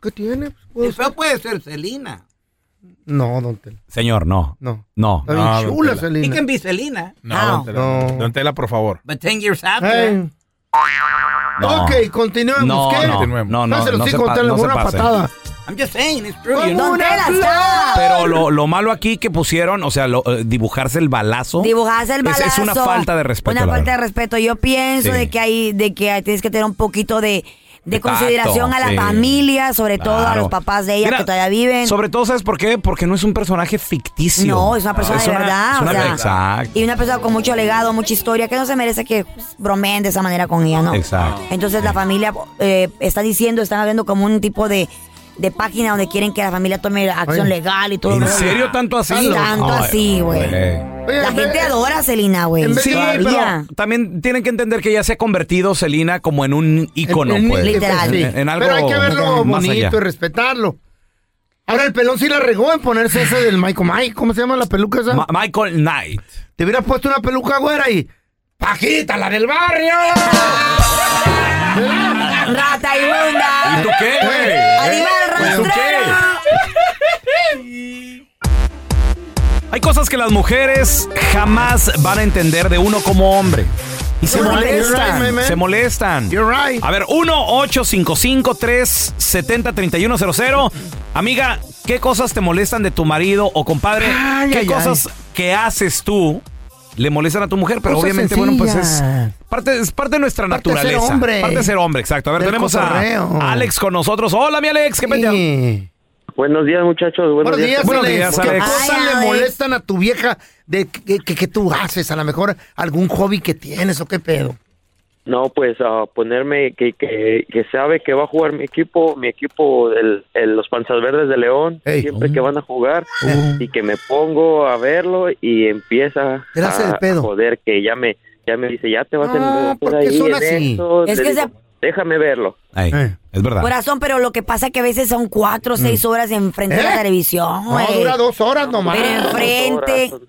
S6: ¿Qué tiene? Pues, puedo
S14: El feo puede ser Celina.
S6: ser- No, don Tel.
S3: Señor, no.
S6: No.
S3: No.
S6: Está bien
S7: no, don
S6: chula,
S7: Tela.
S14: He can
S6: Celina.
S14: be Celina,
S5: Ah.
S7: No, don Tela,
S6: No.
S7: don Tela, por favor.
S14: but 10 years after.
S6: Ay.
S3: No.
S6: Ok, continuemos.
S3: No,
S6: ¿Qué?
S3: no, no, no,
S6: Dáselo,
S3: no
S6: sí,
S3: se
S6: con
S3: pa-
S6: Tela,
S3: no
S6: fue
S3: se
S6: una
S3: pase.
S6: patada.
S14: I'm just saying, it's true. you know.
S5: ¿Dónde la está?
S3: Pero lo, lo malo aquí que pusieron, o sea, lo- eh, dibujarse el balazo.
S5: Dibujarse el
S3: Es-
S5: balazo.
S3: Es, una falta de respeto.
S5: Una
S3: la
S5: falta de
S3: verdad.
S5: respeto. Yo pienso
S3: Sí.
S5: de que hay, de que hay- tienes que tener un poquito de, de
S3: De
S5: consideración
S3: tacto,
S5: a la
S3: sí.
S5: familia, sobre todo a
S3: Claro.
S5: los papás de ella
S3: Mira,
S5: que todavía viven.
S3: Sobre todo, ¿sabes por qué? Porque no es un personaje ficticio. Ah,
S5: No, es una persona de verdad,
S3: es
S5: o
S3: una-
S5: sea.
S3: exacto.
S5: Y una persona con mucho legado, mucha historia, que no se merece que pues, bromeen de esa manera con ella, ¿no?
S3: Exacto.
S5: Entonces la familia eh, está diciendo, están hablando como un tipo de, de página donde quieren que la familia tome acción
S6: Oye,
S5: legal y todo.
S3: ¿En
S5: ¿no?
S3: serio tanto así?
S5: Tanto
S3: Ay,
S5: así, güey.
S6: Oye,
S5: La
S6: en
S5: gente
S6: vez-
S5: adora a Selena, güey.
S6: en vez
S3: Sí,
S6: de- Claro.
S3: pero también tienen que entender que ya se ha convertido Selena como en un ícono,
S6: En- en-
S3: pues.
S5: Literal.
S6: sí.
S3: En, en algo
S6: Pero hay que verlo
S3: más
S6: bonito
S3: allá.
S6: y respetarlo. Ahora el pelón sí la regó en ponerse ese del Michael Mike. ¿Cómo se llama la peluca esa?
S3: Ma- Michael Knight.
S6: Te hubieras puesto una peluca güera y. ¡Pajita, la del barrio!
S5: Rata inmunda.
S3: ¿Y tú qué,
S6: Pues,
S3: güey?
S5: Animal
S6: ¿eh?
S3: ¿Tú
S5: rastrero.
S3: Hay cosas que las mujeres jamás van a entender de uno como hombre. Y se
S6: You're right,
S3: molestan.
S6: you're right, my man.
S3: se molestan.
S6: You're right.
S3: A ver, 1-855-370-3100. Amiga, ¿qué cosas te molestan de tu marido o compadre?
S6: Ay,
S3: ¿Qué
S6: ay,
S3: cosas que haces tú le molestan a tu mujer? Pero
S6: Cosas
S3: obviamente, bueno, pues es
S6: sencillas.
S3: parte, es parte de nuestra
S6: Parte de ser
S3: naturaleza.
S6: hombre.
S3: Parte de ser hombre, exacto. A ver,
S6: Del
S3: tenemos
S6: cotorreo.
S3: a Alex con nosotros. Hola, mi Alex. ¿Qué pedo?
S6: Sí.
S2: Buenos días, muchachos. Buenos,
S6: Buenos días,
S3: Buenos
S6: Alex.
S3: días,
S6: ¿Qué
S3: Alex.
S6: cosas
S5: Ay,
S6: le
S5: Alex.
S6: molestan a tu vieja de que, que- que tú haces? A lo mejor algún hobby que tienes o qué pedo.
S2: No, pues a ponerme que, que, que sabe que va a jugar mi equipo, mi equipo, el, el- los Panzas Verdes de León,
S6: Ey.
S2: siempre
S6: Mm.
S2: que van a jugar,
S6: Oh.
S2: y que me pongo a verlo y empieza
S6: Te la hace
S2: a,
S6: el pedo.
S2: a joder, que ya me, ya me dice, ya te vas
S6: Ah,
S2: a meter
S6: ¿por qué
S2: ahí
S6: son
S2: en
S6: así?
S2: eso".
S5: Es
S2: Le
S5: que
S2: digo,
S5: se-
S2: Déjame verlo.
S3: Ahí,
S6: Eh.
S3: Es verdad.
S5: Corazón, pero lo que pasa es que a veces son cuatro o seis horas enfrente de
S6: Mm. ¿Eh?
S5: la televisión,
S6: No,
S5: güey.
S6: dura dos horas nomás.
S5: Pero
S2: Son dos
S5: enfrente.
S2: horas, son-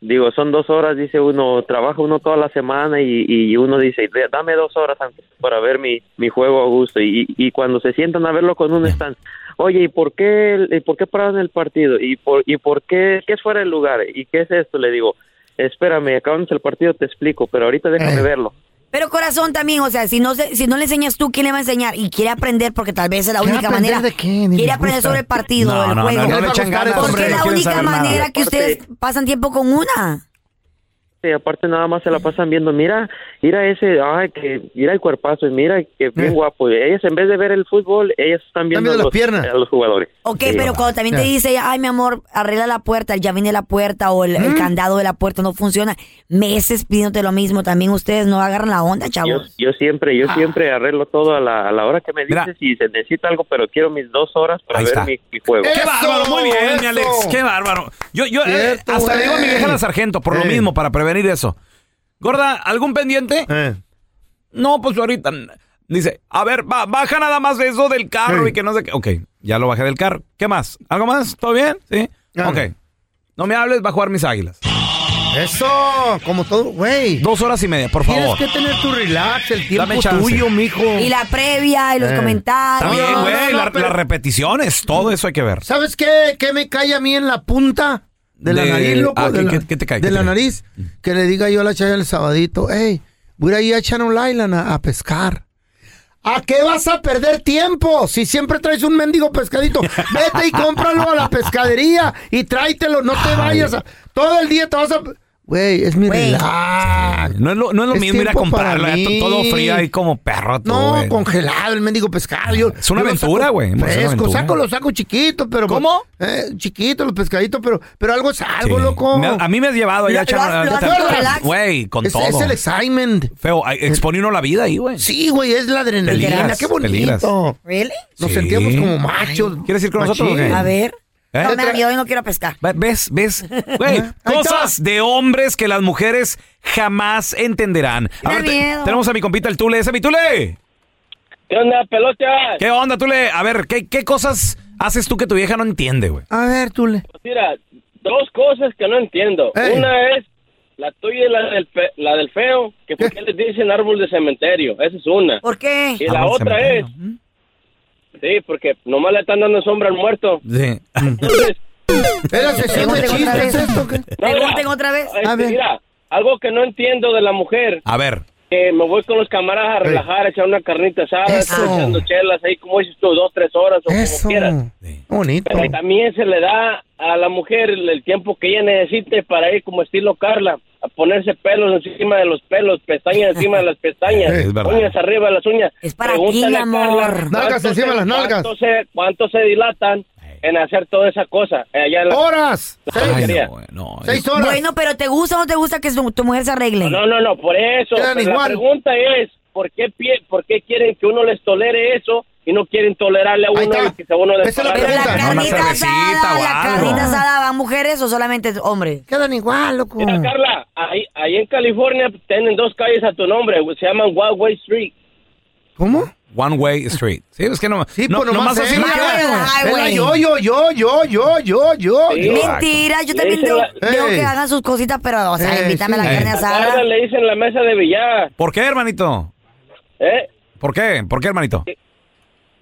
S2: Digo, son dos horas, dice uno, trabaja uno toda la semana y, y uno dice, "Ve, dame dos horas antes para ver mi, mi juego a gusto. Y, y cuando se sientan a verlo con uno están, oye, ¿y por qué, el- y por qué pararon el partido? ¿Y por, y por qué, qué es fuera del lugar? ¿Y qué es esto? Le digo, espérame, acabamos el partido, te explico, pero ahorita déjame
S6: Eh.
S2: verlo.
S5: Pero corazón también, o sea, si no se- si no le enseñas tú, ¿quién le va a enseñar? Y quiere aprender porque tal vez es la
S6: ¿Quiere
S5: única
S6: aprender
S5: manera.
S6: de qué? Ni me
S5: quiere aprender
S6: gusta.
S5: sobre el partido,
S3: No,
S5: el
S3: no,
S5: juego.
S3: no, no
S6: le echan ganas,
S5: porque
S6: hombre,
S5: es la
S3: no quieren
S5: única
S3: saber nada.
S5: manera que ustedes
S2: Aparte-
S5: pasan tiempo con una.
S2: Sí, aparte nada más se la pasan viendo, mira, mira ese, ay, que, mira el cuerpazo, y mira que
S6: Eh.
S2: bien guapo. Ellas en vez de ver el fútbol, ellas están viendo,
S6: viendo
S2: a,
S6: las
S2: los,
S6: piernas.
S2: a los jugadores.
S5: Ok,
S2: Sí.
S5: pero cuando también te
S6: Ya.
S5: dice, ay, mi amor, arregla la puerta, el llavín de la puerta o el,
S6: ¿Mm?
S5: el candado de la puerta no funciona, meses pidiéndote lo mismo, también ustedes no agarran la onda,
S2: Yo,
S5: chavos.
S2: yo siempre, yo siempre arreglo todo a la, a la hora que me
S3: Mira.
S2: dices y se necesita algo, pero quiero mis dos horas para
S3: Ahí
S2: ver
S3: está.
S2: mi, mi juego.
S3: ¡Qué
S6: ¡Eso!
S3: bárbaro! Muy bien, mi
S6: ¡Eso!
S3: Alex. ¡Qué bárbaro! Yo, yo eh,
S6: Cierto,
S3: hasta le digo a mi
S6: güey.
S3: vieja la sargento por lo
S6: Eh.
S3: mismo, para prevenir eso. Gorda, ¿algún pendiente? No, pues ahorita. Dice, a ver, ba- baja nada más eso del carro y que no sé qué. Ok, ya lo bajé del carro. ¿Qué más? ¿Algo más? ¿Todo bien? Sí.
S6: Ah.
S3: Ok. No me hables, va a jugar mis águilas.
S6: Eso, como todo, güey.
S3: Dos horas y media, por favor.
S6: Tienes que tener tu relax, el tiempo
S3: Dame chance.
S6: tuyo, mijo.
S5: Y la previa y los
S3: Eh.
S5: comentarios.
S3: Está bien, güey. la- Las repeticiones, todo eso hay que ver.
S6: ¿Sabes qué? ¿Qué me cae a mí en la punta de la
S3: De-
S6: nariz, loco?
S3: ah,
S6: de
S3: ¿qué-
S6: la,
S3: qué- qué te cae?
S6: de
S3: ¿Qué te
S6: la
S3: cae?
S6: nariz. Que le diga yo a la chaya el sabadito, hey, voy a ir a Channel Island a, a pescar. ¿A qué vas a perder tiempo? Si siempre traes un mendigo pescadito, vete y cómpralo a la pescadería y tráetelo, no te vayas. a- todo el día te vas a... Güey, es mi relax.
S3: No es lo, no es lo
S6: Es
S3: mismo ir a
S6: tiempo
S3: comprarlo,
S6: para
S3: ya to-
S6: mí.
S3: todo frío ahí como perro. tú,
S6: No,
S3: güey.
S6: congelado el mendigo pescado. Yo-
S3: Es una
S6: yo lo
S3: aventura,
S6: saco
S3: güey, pues, es una
S6: Fresco,
S3: aventura.
S6: saco, los saco chiquitos, pero. ¿Cómo? Eh, chiquitos los pescaditos, pero, pero algo es algo,
S3: Sí.
S6: loco.
S3: Me- a mí me has llevado allá,
S6: Lo-
S3: Chano,
S6: lo- lo
S3: ya te-
S6: haces por relax.
S3: Güey, con
S6: es,
S3: todo.
S6: Es el excitement.
S3: Feo, ay, expone uno la vida ahí, güey.
S6: Sí, güey, es la adrenalina.
S3: Peligras,
S6: Qué bonito.
S3: peligras.
S5: ¿Really?
S6: Nos
S3: Sí.
S6: sentíamos como machos.
S3: ¿Quieres ir con nosotros o qué?
S5: A ver.
S3: ¿Eh?
S5: No, me yo hoy no quiero pescar.
S3: Ve- ¿Ves? ¿Ves? Güey, cosas de hombres que las mujeres jamás entenderán.
S5: Me
S3: A
S5: da
S3: ver, te-
S5: miedo.
S3: tenemos a mi compita el Tule. ¡Ese mi Tule!
S16: ¿Qué onda, pelota?
S3: ¿Qué onda, Tule? A ver, ¿qué, qué cosas haces tú que tu vieja no entiende, güey?
S6: A ver, Tule.
S16: Pues Mira, dos cosas que no entiendo.
S3: Ey.
S16: Una es la tuya y la del, fe- la del feo, que por qué les dicen árbol de cementerio. Esa es una.
S5: ¿Por qué?
S16: Y la
S3: Árbol de
S16: otra es... Sí, porque nomás le están dando sombra al muerto.
S3: Sí.
S6: Era sesión de
S5: Pregunten otra
S6: chistes
S5: vez.
S6: esto, ¿qué?
S5: Pregunten otra vez.
S16: Este, Mira, algo que no entiendo de la mujer,
S3: A ver.
S16: que me voy con los camaradas a relajar, a echar una carnita asada, estar echando chelas ahí, como dices tú, dos, tres horas o como quieras.
S6: Bonito.
S16: Pero también se le da a la mujer el tiempo que ella necesite para ir como estilo Carla, a ponerse pelos encima de los pelos, pestañas encima de las pestañas,
S3: Es verdad.
S16: uñas arriba de las uñas. Es
S5: para ti, amor. Nalgas encima de las nalgas.
S16: ¿Cuánto se, cuánto se dilatan en hacer toda esa cosa? eh, allá en la-
S6: ¡Horas!
S16: la peluquería.
S5: eh. Bueno, pero ¿te gusta o no te gusta que su- tu mujer se arregle?
S16: No, no, no, por eso.
S5: Quedan
S16: pero la
S5: igual.
S16: pregunta es, ¿por qué, pie- ¿por qué quieren que uno les tolere eso y no quieren tolerarle a uno y que se uno les
S6: Esa es la
S16: tolere?
S6: pregunta. Pero la
S5: Carnita asada, la carnita asada va a mujeres o solamente hombres.
S6: Quedan igual, loco.
S16: Mira,
S5: Mm.
S16: Carla, ahí, ahí en California tienen dos calles a tu nombre, se llaman Wildway Street.
S6: ¿Cómo?
S3: One Way Street. Sí, es que no.
S6: Sí,
S3: no,
S6: pues nomás
S3: así
S6: ella.
S3: me queda.
S5: Ay,
S6: Vela,
S5: güey.
S6: yo, yo, yo, yo, yo, yo, yo.
S16: Sí.
S6: yo.
S5: Mentira, yo
S16: Le
S5: también
S16: hice
S5: tengo,
S16: la-
S5: tengo
S16: Ey.
S5: que hagan sus cositas, pero, o sea,
S6: Ey,
S5: invítame a
S6: sí.
S5: la carne
S3: Ey.
S16: Ahora
S5: asada.
S16: le dicen la mesa de billar,
S3: ¿Por qué, hermanito?
S16: ¿eh?
S3: ¿Por qué? ¿Por qué, hermanito?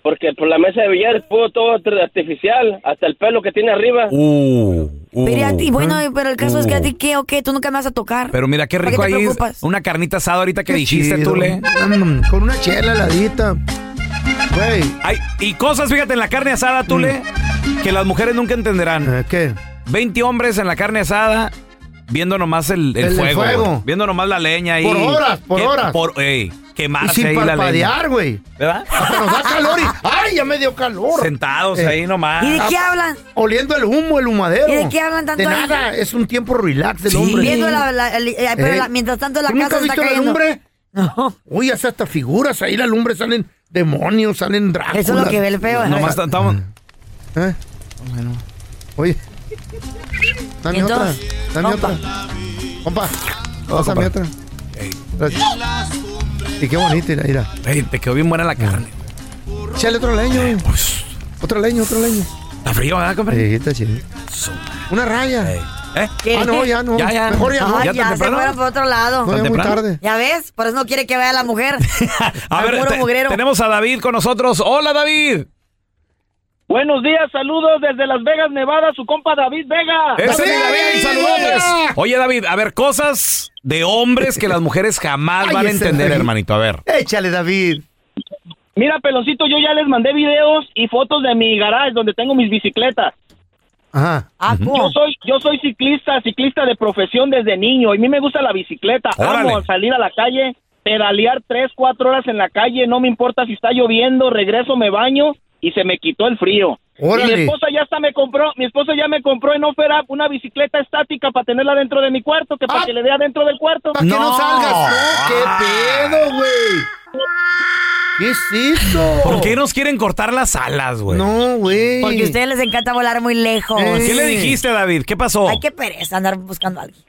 S16: Porque por la mesa de billar es puro todo art- artificial, hasta el pelo que tiene arriba.
S3: Uh, uh,
S5: Pero, y a ti- bueno, pero el caso es que a
S3: uh.
S5: ti, ¿qué o qué? Tú nunca me vas a tocar.
S3: Pero mira qué
S5: ¿Para qué
S3: rico
S5: te
S3: ahí.
S5: preocupas?
S3: Una carnita asada ahorita que dijiste,
S6: Chido.
S3: Tule.
S6: Mm, Con una chela heladita. Güey. Mm.
S3: Ay, y cosas, fíjate, en la carne asada, Tule, que las mujeres nunca entenderán.
S6: ¿Eh, ¿Qué?
S3: 20 hombres en la carne asada viendo nomás el, el
S6: El
S3: fuego.
S6: fuego.
S3: güey. Viendo nomás la leña ahí.
S6: Por horas, por
S3: Que-
S6: horas.
S3: Por, ey,
S6: Y
S3: quemarse
S6: sin
S3: ahí la leña.
S6: parpadear, güey.
S3: ¿Verdad?
S6: Hasta nos da calor y. ¡Ay, ya me dio calor!
S3: Sentados
S6: Eh.
S3: ahí nomás.
S5: ¿Y de qué hablan?
S6: Oliendo el humo, el humadero.
S5: ¿Y de qué hablan tanto
S6: De
S5: ahí?
S6: nada, es un tiempo relax del
S3: Sí.
S6: hombre.
S5: Viendo la, la- el- eh, pero
S6: Ey.
S5: la- mientras tanto la
S6: ¿Tú nunca
S5: casa
S6: has
S5: está
S6: visto la
S5: cayendo.
S6: lumbre?
S5: No,
S6: Uy, hace hasta figuras ahí, la lumbre salen demonios, salen Dráculas.
S5: eso es lo que ve el feo. ¿eh?
S3: Nomás estamos.
S6: ¿Eh? Bueno. Oye. Dame otra.
S5: Entonces,
S6: Dame
S5: compa.
S6: otra. Compa. Pásame otra. Gracias. Y qué bonito, mira, mira.
S3: Ey, te quedó bien buena la carne. pues.
S6: Échale otro leño. güey. Otro leño, otro leño.
S3: Está frío, ¿verdad, compadre?
S6: Sí, está chido. Una raya.
S3: ¿Eh?
S5: ¿Qué?
S6: Ah, no, ya no.
S3: Ya, ya.
S6: Mejor ya no.
S5: Ay,
S3: ¿Ya
S5: ya,
S3: tan
S5: se
S3: temprano?
S5: fueron por otro
S6: No,
S5: lado.
S6: ya muy
S3: temprano?
S6: tarde.
S5: ¿Ya ves? Por eso no quiere que vaya la mujer.
S3: A
S5: Al
S3: ver,
S5: puro
S3: te-
S5: mugrero.
S3: tenemos a David con nosotros. Hola, David.
S16: Buenos días, saludos desde Las Vegas, Nevada, su compa David Vega.
S1: ¡Eh,
S3: Ese es David, saludos. Oye, David, a ver, cosas de hombres que las mujeres jamás
S6: Ay,
S3: van a
S6: ese
S3: entender,
S6: David.
S3: hermanito. A ver.
S6: Échale, David.
S16: Mira, peloncito, yo ya les mandé videos y fotos de mi garage donde tengo mis bicicletas.
S6: Ajá.
S5: Ah,
S16: Yo
S5: ¿cómo?
S16: soy, yo soy ciclista, ciclista de profesión desde niño. Y a mí me gusta la bicicleta. Amo
S3: Órale.
S16: salir a la calle, pedalear tres, cuatro horas en la calle. No me importa si está lloviendo. Regreso, me baño y se me quitó el frío. Y mi
S6: Órale.
S16: esposa ya hasta me compró, mi esposa ya me compró en Offer Up una bicicleta estática para tenerla dentro de mi cuarto, que para
S6: Ah.
S16: que le dé adentro del cuarto.
S6: Para que no
S3: No.
S6: salgas. No, qué
S3: Ah.
S6: pedo, güey. ¿Qué es eso?
S3: ¿Por qué nos quieren cortar las alas, güey?
S6: No, güey.
S5: Porque a ustedes les encanta volar muy lejos.
S6: Eh,
S3: ¿Qué le dijiste, David? ¿Qué pasó?
S5: Ay, qué pereza andar buscando a alguien.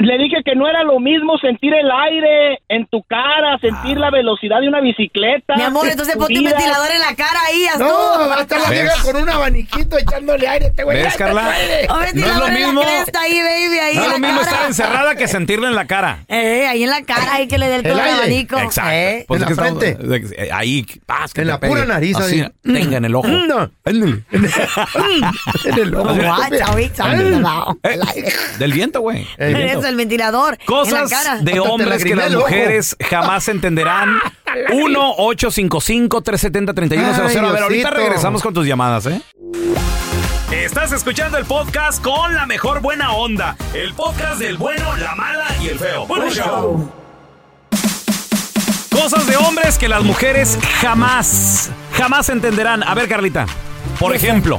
S1: Le dije que no era lo mismo sentir el aire en tu cara,
S3: Ah.
S1: sentir la velocidad de una bicicleta.
S5: Mi amor, entonces ponte un
S1: Subidas.
S5: ventilador en la cara ahí, haz
S6: No,
S5: tú.
S6: va a estar la vieja con un abaniquito echándole aire. Este güey
S3: ¿Ves, Carla?
S5: Un
S3: No es lo
S5: ventilador en la
S3: mismo.
S5: cresta ahí, baby, ahí
S3: No es
S5: en la
S3: lo mismo
S5: cara.
S3: estar encerrada que sentirle en la cara.
S5: Eh, ahí en la cara, ahí que le dé el, color abanico.
S3: Exacto.
S5: Eh.
S3: Pues es que estamos- eh, ahí, paz, que
S6: En
S3: te
S6: la pura
S3: pegue.
S6: nariz,
S3: Así,
S6: ahí.
S3: tenga en el ojo.
S6: No.
S3: Ándale.
S6: En el ojo.
S5: Guau, chavita, no.
S3: Eh, Del viento, güey. Del viento.
S5: Eso, el ventilador. en la cara.
S3: Cosas de hombres que las mujeres jamás entenderán. 1-855-370-3100. A ver,
S17: Ay,
S3: ahorita
S17: Diosito.
S3: regresamos con tus llamadas, ¿eh? Estás escuchando el podcast con la mejor buena onda. El podcast del bueno, la mala y el feo. Bueno, show. Cosas de hombres que las mujeres jamás, jamás entenderán. A ver, Carlita, por ejemplo,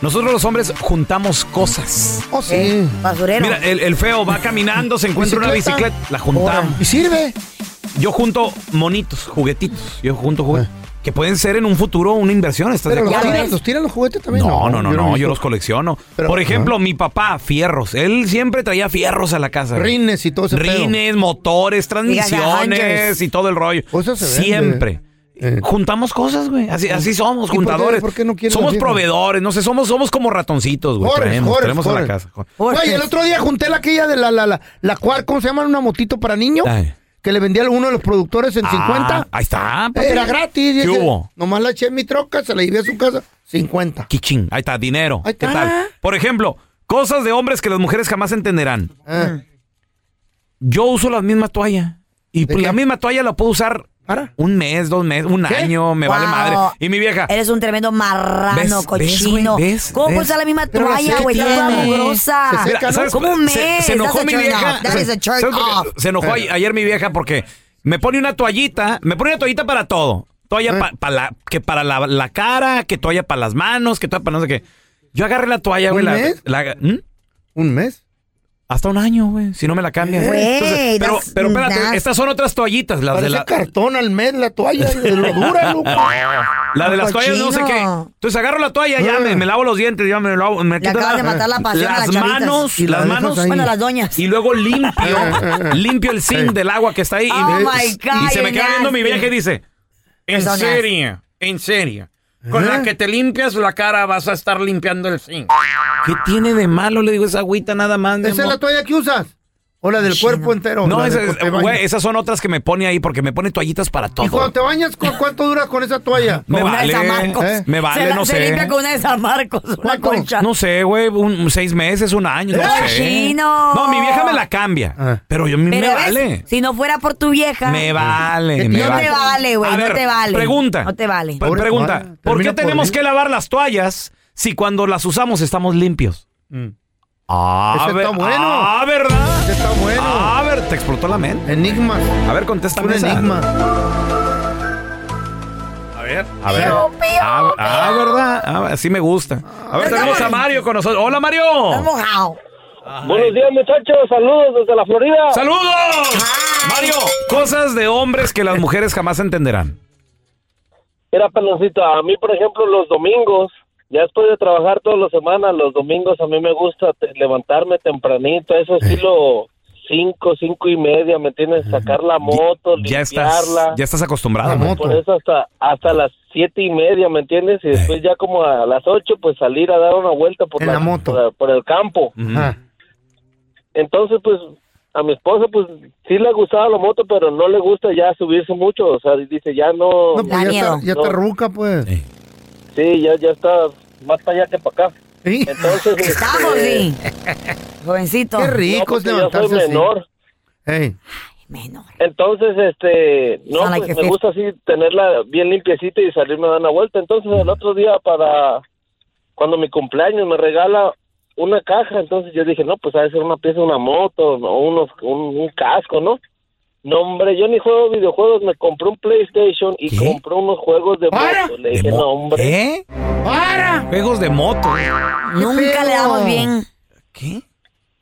S3: nosotros los hombres juntamos cosas.
S6: Oh, sí.
S5: basurero.
S3: Mira, el, el feo va caminando, se encuentra una
S6: ¿Bicicleta?
S3: bicicleta, la juntamos.
S6: ¿Y sirve?
S3: Yo junto monitos, juguetitos. Yo junto juguetitos. Que pueden ser en un futuro una inversión. ¿estás
S6: Ah. Pero
S3: de
S6: los
S3: acuerdo?
S6: tiran, los tiran los juguetes también.
S3: No, no, no,
S6: yo
S3: no,
S6: he
S3: yo los
S6: visto.
S3: colecciono. Por ejemplo, mi papá, fierros. Él siempre traía fierros a la casa. güey.
S6: Rines y todo ese pedo.
S3: Rines, motores, transmisiones
S6: Gajajangers.
S3: y todo el rollo.
S6: se vende.
S3: siempre. Juntamos cosas, güey. Así, así somos,
S6: Eh. Pues, ¿Y por qué-
S3: juntadores.
S6: por qué no quieres
S3: somos
S6: la fierra?
S3: proveedores, no sé, somos, somos como ratoncitos, güey.
S6: Jorres,
S3: Traemos,
S6: jorres,
S3: traemos a la
S6: jorres.
S3: casa. jorres.
S6: Güey, el otro día junté la aquella de la, la, la, la cual, ¿cómo se llama? Una motito para niños.
S3: Ay.
S6: Que le vendía a uno de los productores en
S3: Ah,
S6: 50.
S3: Ahí está. papi.
S6: Era
S3: ¿Qué
S6: gratis. dije,
S3: hubo?
S6: Nomás la eché en mi troca, se la llevé a su casa. 50.
S3: Kichín, ahí está, dinero.
S6: Ahí está.
S3: ¿Qué tal? Por ejemplo, cosas de hombres que las mujeres jamás entenderán.
S6: Ah.
S3: Yo uso la misma toalla. Y pues, la misma toalla la puedo usar un mes, dos meses, un
S5: ¿Qué?
S3: año, me vale
S5: Wow.
S3: madre. Y mi vieja.
S5: Eres un tremendo marrano,
S3: ¿Ves?
S5: cochino.
S3: ¿Ves, güey? ¿Ves?
S5: ¿Cómo
S3: ¿Ves?
S5: usar la misma
S3: Pero la
S5: toalla,
S3: sé
S5: güey?
S3: que
S5: Está
S3: tiene.
S5: grosa.
S3: Se seca, ¿no?
S5: ¿Cómo un mes?
S3: Se, se enojó
S5: That's a
S3: mi
S5: turn
S3: vieja.
S5: off. That
S3: Se-
S5: is a turn
S3: ¿sabes por qué?
S5: off.
S3: Se enojó a- ayer mi vieja porque me pone una toallita, me pone una toallita para todo. Toalla pa- pa la- que para la, la cara, que toalla para las manos, que toalla para no sé qué. Yo agarré la toalla, güey.
S6: ¿Un
S3: la-
S6: mes?
S3: la- ¿Mm?
S6: ¿Un mes?
S3: Hasta un año, güey. Si no me la cambian.
S6: Güey,
S3: Eh, Entonces, pero,
S6: that's-
S3: pero espérate,
S6: that's-
S3: estas son otras toallitas. Las de
S6: Parece
S3: la,
S6: cartón al mes la toalla. de lo dura, loco.
S3: la de las toallas, no sé qué.
S6: Cochino.
S3: Entonces agarro la toalla, ya
S6: Eh.
S3: me, me lavo los dientes, ya me lavo. Me
S5: Le
S3: quito
S5: acabas de matar la pasión a
S3: Las
S5: las chavitas.
S3: manos,
S5: Y la
S3: las
S5: dejas
S3: manos.
S5: ahí. Bueno, las doñas.
S3: Y luego limpio, limpio el zinc del agua que está ahí.
S5: Oh my
S3: y,
S5: God,
S3: y se me
S5: you're
S3: queda viendo mi
S5: nasty.
S3: vieja y dice: En
S5: Personas.
S3: serio, en serio. Con
S6: Eh.
S3: la que te limpias la cara vas a estar limpiando el zinc. ¿Qué tiene de malo? Le digo esa agüita nada más. mi
S6: ¿Esa es
S3: amor.
S6: la toalla que usas? ¿O la del cuerpo entero?
S3: No,
S6: La
S3: esa-
S6: del corte de baño.
S3: güey, esas son otras que me pone ahí porque me pone toallitas para
S6: ¿Y
S3: todo.
S6: cuando te bañas, ¿cu- cuánto duras con esa toalla?
S3: Me vale, ¿eh? me vale,
S5: se la-
S3: no
S5: se
S3: sé.
S5: limpia con una de San Marcos, una concha.
S3: No sé, güey, un, un seis meses, un año, no
S5: ¡Eh,
S3: sé.
S5: chino!
S3: No, mi vieja me la cambia,
S6: Ah.
S3: pero yo me,
S5: Pero
S3: me
S5: ¿ves?
S3: vale.
S5: Si no fuera por tu vieja.
S3: Me vale, me
S5: no
S3: vale.
S5: te vale, güey.
S3: A
S5: No
S3: ver,
S5: te vale.
S3: pregunta.
S5: No te vale.
S3: Pre-
S6: ah,
S3: pregunta, ¿por qué tenemos que lavar las toallas si cuando las usamos estamos limpios? Ah,
S6: Ese
S3: ver-
S6: Mm. está bueno.
S3: Ah, ¿verdad?
S6: Ese está bueno.
S3: Ah, a ver, te explotó la mente.
S6: Enigmas.
S3: A ver, contéstame
S6: Un
S3: esa.
S6: enigma.
S3: A ver, a ver.
S6: Pío, pío,
S3: ah, ah, ¿verdad? Ah, sí me gusta. A ver, tenemos a Mario con nosotros. Hola, Mario.
S15: Buenos días, muchachos. Saludos desde la Florida.
S3: ¡Saludos! Mario, cosas de hombres
S6: Eh.
S3: que las mujeres jamás entenderán.
S15: Mira, peloncito, a mí, por ejemplo, los domingos, ya después de trabajar todas las semanas, los domingos a mí me gusta te- levantarme tempranito, eso
S3: Eh.
S15: estilo cinco, cinco y media, ¿me entiendes? Sacar la moto,
S3: Ya estás,
S15: limpiarla.
S3: ya estás acostumbrado.
S15: Por-
S3: man. Eh.
S15: Por eso hasta, hasta las siete y media, ¿me entiendes? Y después ya como a las ocho, pues salir a dar una vuelta por, la, por- por el campo.
S3: Ah.
S15: Entonces, pues, a mi esposa, pues, sí le gustaba la moto, pero no le gusta ya subirse mucho. O sea, dice, ya no...
S6: No, pues ya, está, ya
S15: no.
S6: está ruca, pues.
S15: Sí, ya, ya está más para allá que para acá. Entonces, este,
S5: Estamos, sí. Jovencito.
S6: Qué rico es
S15: No, porque yo soy
S6: levantarse así.
S15: menor.
S6: Ey.
S15: Entonces, este, no,
S6: Sound like
S15: pues
S6: a
S15: me
S6: fish.
S15: gusta así tenerla bien limpiecita y salirme a dar una vuelta. Entonces, el otro día para cuando mi cumpleaños me regala una caja, entonces yo dije, no, pues a ser una pieza, una moto, ¿no? unos, un, un casco, ¿no? No, hombre, yo ni juego videojuegos, me compré un PlayStation y compré unos juegos de moto. Le dije, no, hombre.
S3: ¿Qué?
S6: ¡Para!
S3: Juegos de moto.
S5: Nunca le damos bien.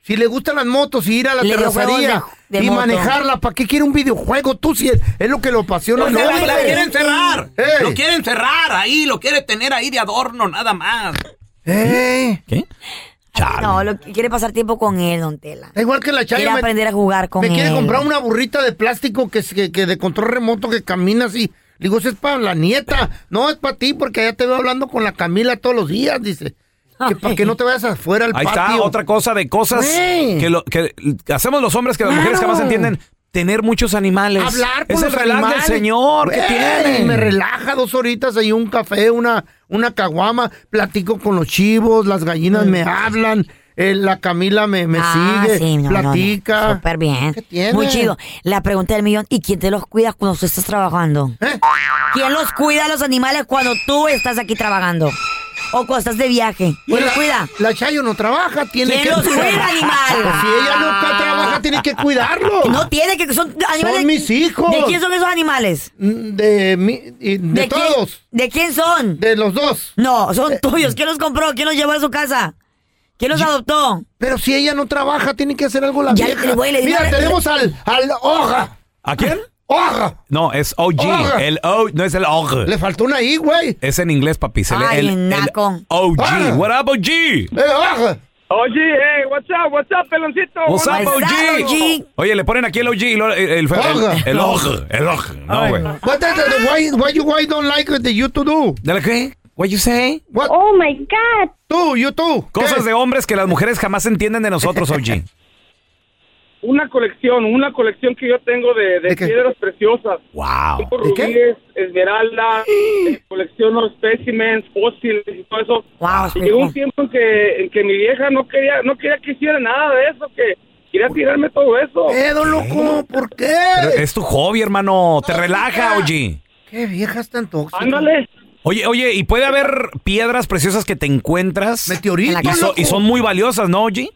S6: Si le gustan las motos y ir a la
S5: Le dio
S6: terracería
S5: juegos de- de
S6: y
S5: moto.
S6: manejarla, ¿para qué quiere un videojuego? Tú si es, es lo que lo apasiona.
S5: Pues
S17: No,
S6: ¿no?
S17: la, la
S6: Hombre.
S17: quiere encerrar.
S6: Ey.
S17: Lo quiere
S3: Eh.
S17: encerrar ahí, lo quiere tener ahí de adorno, nada más.
S6: Ey.
S3: Chale.
S5: No, lo que quiere pasar tiempo con él, don Tela.
S6: Igual que la Chayo
S5: Quiere
S6: me-
S5: aprender a jugar con
S6: Me
S5: él.
S6: quiere comprar una burrita de plástico que, es- que, que de control remoto que camina así. Le digo, eso es para la nieta. No, es para ti porque allá te veo hablando con la Camila todos los días, dice. Que para que no te vayas afuera al
S3: Ahí
S6: patio.
S3: está otra cosa de cosas
S6: Güey.
S3: que, lo- que hacemos los hombres que las mujeres
S6: Claro.
S3: jamás entienden. Tener muchos animales.
S6: Hablar con
S3: es
S6: los
S3: el relax
S6: animales.
S3: del señor que
S6: Güey,
S3: tiene.
S6: Me relaja dos horitas ahí, un café, una, una caguama, platico con los chivos, las gallinas me hablan, eh, la Camila me, me
S5: Mm. Ah,
S6: sigue,
S5: sí, no, no, no.
S6: platica.
S5: Súper bien.
S6: tiene?
S5: Muy chido. La pregunta del millón, ¿y quién te los cuida cuando tú estás trabajando?
S6: ¿Eh?
S5: ¿Quién los cuida a los animales cuando tú estás aquí trabajando? O cuando estás de viaje. ¿Quién los cuida?
S6: Pues La Chayo no trabaja, tiene
S5: ¿Quién
S6: que
S5: los cuida, animal?
S6: Si ella nunca trabaja, tiene que cuidarlo.
S5: No tiene que, son animales.
S6: Son mis hijos.
S5: ¿De quién son esos animales?
S6: De, mi- y- de
S5: ¿De quién-
S6: todos.
S5: ¿De quién son?
S6: De los dos. Eh,
S5: No, son tuyos. ¿Quién los compró? ¿Quién los llevó a su casa? ¿Quién los adoptó?
S6: Pero si ella no trabaja, tiene que hacer algo la
S5: Ya,
S6: vieja.
S5: el güey le dijo-
S6: Mira, tenemos al, al Hoja.
S3: ¿A quién?
S6: Hoja.
S3: No, es OG.
S6: Ogre.
S3: El O, no es el OG.
S6: Le faltó una I, güey.
S3: Es en inglés, papi. Se lee
S5: Ay,
S3: el, el
S5: naco.
S3: OG.
S5: Ah.
S3: What up, OG?
S6: Eh, ah.
S10: Oye, hey, what's up, what's up, peloncito?
S3: What's up,
S10: What's
S3: OG? Oye, le ponen aquí el OG y lo- el, el, el, el OG. El OG. No, güey.
S6: What the, the, why, why you why don't like the you to do?
S3: ¿De qué? What you say?
S6: What?
S10: Oh my God.
S6: Tú, you too.
S3: Cosas de hombres que las mujeres jamás entienden de nosotros, OG.
S10: Una colección, una colección que yo tengo de, de piedras preciosas.
S3: Wow.
S10: Tengo rubíes, esmeraldas, eh, colecciono espécimes, fósiles y todo eso.
S5: Wow,
S10: y llegó un tiempo en que, en que mi vieja no quería, no quería que hiciera nada de eso, que quería tirarme todo eso.
S6: Eh, don loco, ¿por qué?
S3: Pero es tu hobby, hermano. Te relaja, OG.
S6: Qué viejas tan tóxicas.
S10: Oh, Ándale.
S3: Oye, oye, y puede haber piedras preciosas que te encuentras.
S6: Meteoritos,
S3: Y, so-
S6: loco.
S3: y son muy valiosas, ¿no, OG?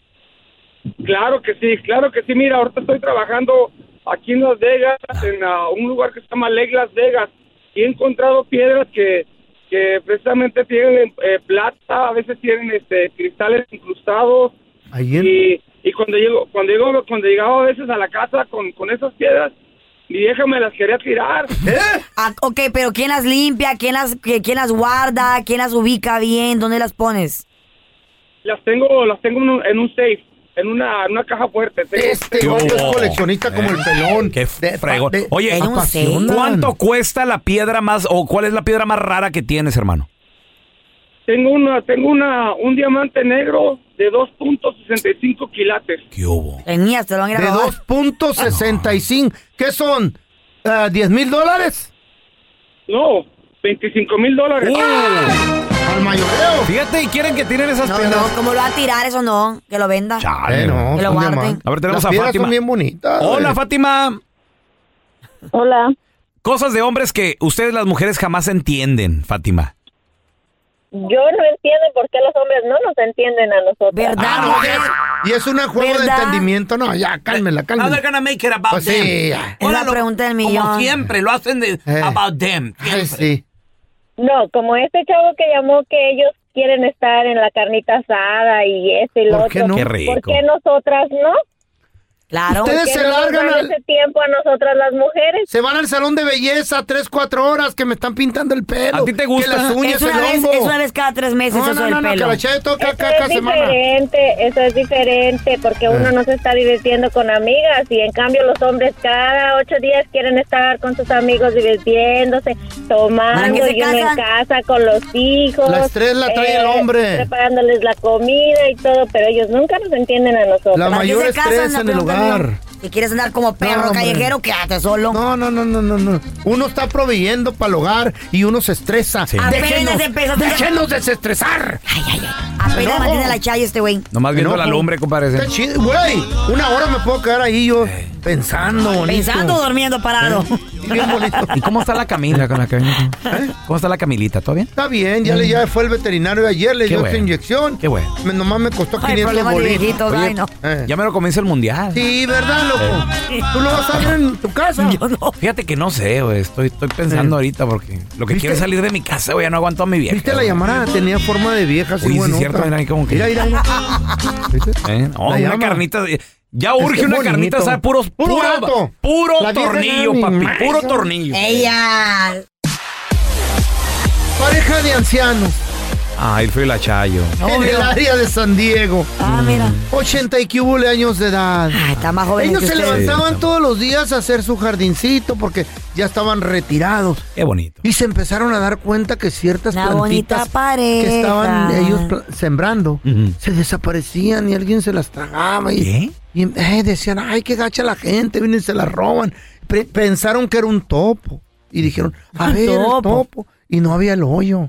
S10: Claro que sí, claro que sí. Mira, ahorita estoy trabajando aquí en Las Vegas, en ah, un lugar que se llama Lake Las Vegas, y he encontrado piedras que, que precisamente tienen eh, plata, a veces tienen este cristales incrustados. Y, y cuando llego, cuando llego, cuando llegaba a veces a la casa con, con esas piedras, mi vieja me las quería tirar.
S6: ¿Eh?
S5: Ah, ok, pero ¿quién las limpia? ¿Quién las, que- ¿Quién las guarda? ¿Quién las ubica bien? ¿Dónde las pones?
S10: Las tengo, las tengo en un, en un safe, en una, en una caja fuerte. Tengo-
S6: Este
S10: tengo-
S6: vato es
S3: hubo?
S6: coleccionista como el pelón.
S3: Qué fregón.
S6: de-
S3: Oye,
S6: Era un
S3: apasionan.
S6: seis.
S3: ¿cuánto cuesta la piedra más o cuál es la piedra más rara que tienes, hermano?
S10: Tengo una, tengo una, un diamante negro de 2.65 quilates.
S3: ¿Qué hubo?
S5: Tenías, te lo han
S6: De 2.65. ¿Qué son? Ah, ¿10 mil dólares?
S10: No, 25 mil dólares.
S6: Al mayoreo.
S3: Fíjate, y quieren que tiren esas
S5: No,
S3: piedras.
S5: no, ¿cómo lo va a tirar eso no? Que lo venda.
S3: Chale,
S6: no,
S5: que lo
S6: son
S5: guarden.
S6: diamantes.
S3: A ver, tenemos
S6: Las
S3: a
S6: piedras
S3: Fátima.
S6: son bien bonitas.
S3: Hola,
S6: güey.
S3: Fátima.
S18: Hola.
S3: Cosas de hombres que ustedes las mujeres jamás entienden, Fátima.
S18: Yo no entiendo por qué los hombres no nos entienden a nosotros.
S6: Ah, no, y es- y es un juego de entendimiento. No, ya, cálmela,
S3: Ah,
S14: How
S6: cálmela.
S14: they're gonna make it about
S6: Pues
S14: them.
S6: sí, ya.
S5: Es la
S14: Ahora lo-
S5: pregunta del
S14: Como
S5: millón.
S14: siempre, lo hacen de about them.
S6: Eh. sí.
S18: No, como este chavo que llamó que ellos quieren estar en la carnita asada y eso y lo
S3: ¿Por
S18: otro.
S3: qué no? Qué rico.
S18: ¿Por qué nosotras no?
S5: Claro.
S18: ¿Por
S6: Ustedes
S18: qué
S6: se
S18: no nos
S6: largan
S18: dan
S6: al-
S18: ese tiempo a nosotras las mujeres?
S6: Se van al salón de belleza 3, 4 horas que me están pintando el pelo.
S3: ¿A ti te gusta?
S6: Que las uñas,
S5: Es una,
S6: el
S5: vez,
S6: hongo.
S5: es una vez cada tres meses
S6: No,
S5: eso
S6: no,
S5: del
S6: no, no,
S5: pelo.
S6: que la Chayo toca
S18: Eso
S6: acá
S18: es
S6: cada semana. Eh.
S18: diferente, eso es diferente, porque uno no se está divirtiendo con amigas y en cambio los hombres cada ocho días quieren estar con sus amigos divirtiéndose,
S5: ¿Para
S18: tomando
S5: qué se
S18: y uno en
S5: casan?
S18: casa con los hijos. eh,
S6: Las tres la trae el hombre.
S18: Preparándoles la comida y todo, pero ellos nunca nos entienden a nosotros.
S6: La
S5: ¿Para qué
S6: mayor
S5: se casan?
S6: estrés
S5: La
S6: en el
S5: pregunta del millón.
S6: hogar.
S5: Si quieres andar como perro
S6: No, hombre.
S5: callejero, quédate solo.
S6: No, no, no, no, no, no. Uno está proveyendo para el hogar y uno se estresa.
S5: Apenas empezaste.
S6: déjenos desestresar.
S5: Apenas
S6: No.
S5: mantiene la chaya este güey.
S3: Nomás viendo la lumbre, compadre.
S6: Qué chido, güey. Una hora me puedo quedar ahí yo pensando, bonito. Eh,
S5: Pensando, durmiendo, parado.
S6: Bien bonito.
S3: ¿Y cómo está la Camila con la Camila? ¿Cómo está la Camilita? ¿Todo bien? Mm.
S6: ¿Eh? Está bien, ya, le, ya fue el veterinario ayer, le
S3: Qué
S6: dio
S3: bueno.
S6: su inyección.
S3: Qué bueno.
S6: Me- nomás me costó
S5: Ay,
S6: 500
S5: problemas de
S6: bolitos.
S5: viejitos, ay, no.
S3: Ya me lo comienza el mundial.
S6: Sí, ¿verdad, loco? ¿Tú lo vas a ver en tu casa?
S3: Fíjate que no sé, güey. Estoy, estoy pensando ahorita porque lo que quiero es salir de mi casa, güey. Ya no aguanto a mi vieja. ¿Eh?
S6: ¿Viste la
S3: güey.
S6: llamada? Tenía forma de vieja, sí,
S3: Oye, sí es
S6: bueno.
S3: cierto, mira ahí como que-
S6: Mira, mira, mira.
S3: ¿Eh? No,
S6: La
S3: una
S6: llama.
S3: carnita. Ya
S6: Es
S3: urge
S6: que es
S3: una
S6: bonito.
S3: carnita, ¿sabes? Puros,
S6: Puro
S3: puro,
S6: gato.
S3: puro
S6: La vieja
S3: tornillo,
S6: era mi
S3: papi.
S6: madre.
S3: Puro tornillo.
S5: Ella.
S6: Pareja de ancianos.
S3: Ah, el frío y la chayo.
S6: en el área de San Diego.
S3: Mm.
S6: Ah, mira. 80 y cubole años de edad. Ah, está más
S5: joven
S6: Ellos
S5: que
S6: se
S5: ustedes.
S6: levantaban todos los días a hacer su jardincito porque ya estaban retirados.
S3: Qué bonito.
S6: Y se empezaron a dar cuenta que ciertas
S5: Una
S6: plantitas
S5: bonita pareja.
S6: que estaban ellos pla- sembrando se desaparecían y alguien se las tragaba. Y, y, eh, decían, ay, qué gacha la gente, vienen y se las roban. Pre- pensaron que era un topo. Y dijeron, a
S5: Un
S6: ver, el
S5: topo.
S6: topo. Y no había el hoyo.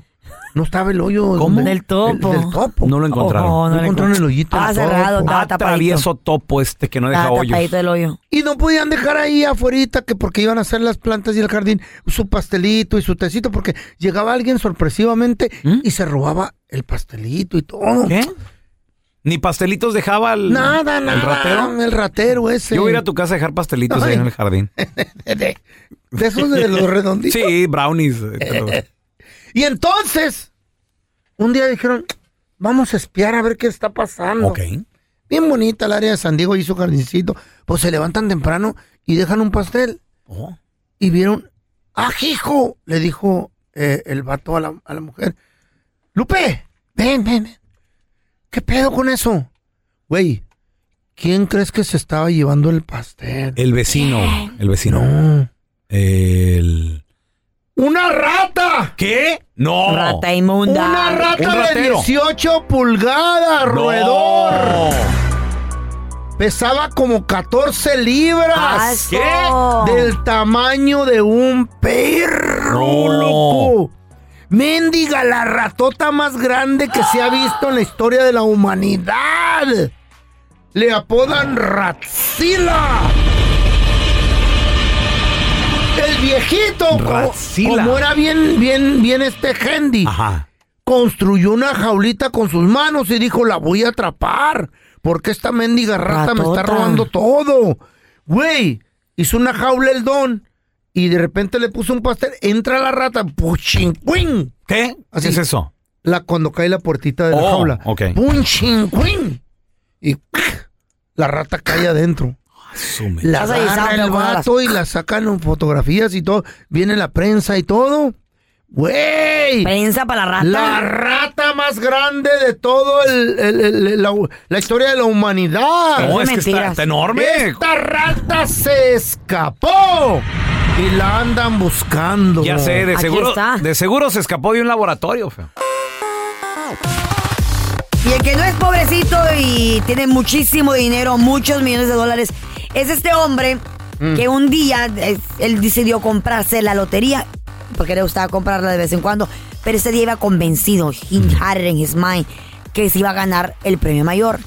S6: No estaba el hoyo
S3: ¿Cómo?
S6: donde-
S3: Del topo. Oh,
S6: del topo.
S3: No lo encontraron.
S5: Oh,
S6: No, encontraron el hoyito. del topo.
S3: Ah, travieso topo este que no deja hoyos.
S6: Y no podían dejar ahí afuera que porque iban a hacer las plantas y el jardín su pastelito y su tecito porque llegaba alguien sorpresivamente y se robaba el pastelito y todo.
S3: ¿Mm? ¿Qué? Ni pastelitos dejaba el,
S6: Nada,
S3: el
S6: nada.
S3: ratero.
S6: El ratero ese.
S3: Yo voy a ir a tu casa a dejar pastelitos ahí
S6: Ay.
S3: en el jardín.
S6: de, de esos de los redonditos.
S3: Sí, brownies. eh,
S6: Y entonces, un día dijeron, vamos a espiar a ver qué está pasando. Bien bonita el área de San Diego y su jardincito. Pues se levantan temprano y dejan un pastel. Y vieron, ajijo, le dijo eh, el vato a la, a la mujer. Lupe, ven, ven, ven. ¿Qué pedo con eso? Güey, ¿quién crees que se estaba llevando el pastel?
S3: El vecino. El vecino. El.
S6: ¡Una rata!
S3: ¿Qué? No.
S5: Rata inmunda.
S6: Una
S3: Un
S6: rata de
S3: ratero.
S6: 18 pulgadas, roedor. Pesaba como 14
S5: Ah,
S6: libras.
S3: ¿Qué?
S6: Del tamaño de un perro, loco. Méndiga, la ratota más grande que se ha visto en la historia de la humanidad. Le apodan Ratzila. El viejito, como-
S3: Ratzila.
S6: como era bien, bien, bien este handy, construyó una jaulita con sus manos y dijo, la voy a atrapar, porque esta mendiga rata me
S3: Ratota.
S6: está robando todo. Güey, hizo una jaula el don y de repente le puso un pastel, entra la rata, ¡puchín, cuín!
S3: ¿Qué?
S6: Así
S3: ¿Qué es eso?
S6: La, cuando cae la puertita de la
S3: Oh,
S6: jaula.
S3: ok.
S6: ¡Puchín, cuín! Y la rata cae adentro. La
S3: Estás ahí,
S6: agarra
S3: sábado,
S6: el vato y la sacan en fotografías y todo. Viene la prensa y todo. ¡Güey!
S5: Prensa para la rata.
S6: La rata más grande de todo el, el- el- la, la historia de la humanidad.
S3: No, es que está, está enorme.
S6: Esta rata se escapó y la andan buscando.
S3: Ya sé, de seguro, de seguro se escapó de un laboratorio, feo.
S5: Y el que no es pobrecito y tiene muchísimo dinero, muchos millones de dólares, es este hombre
S6: Mm.
S5: que un día eh, él decidió comprarse la lotería, porque le gustaba comprarla de vez en cuando, pero ese día iba convencido, he
S6: Mm.
S5: had it in his mind, que se iba a ganar el premio mayor.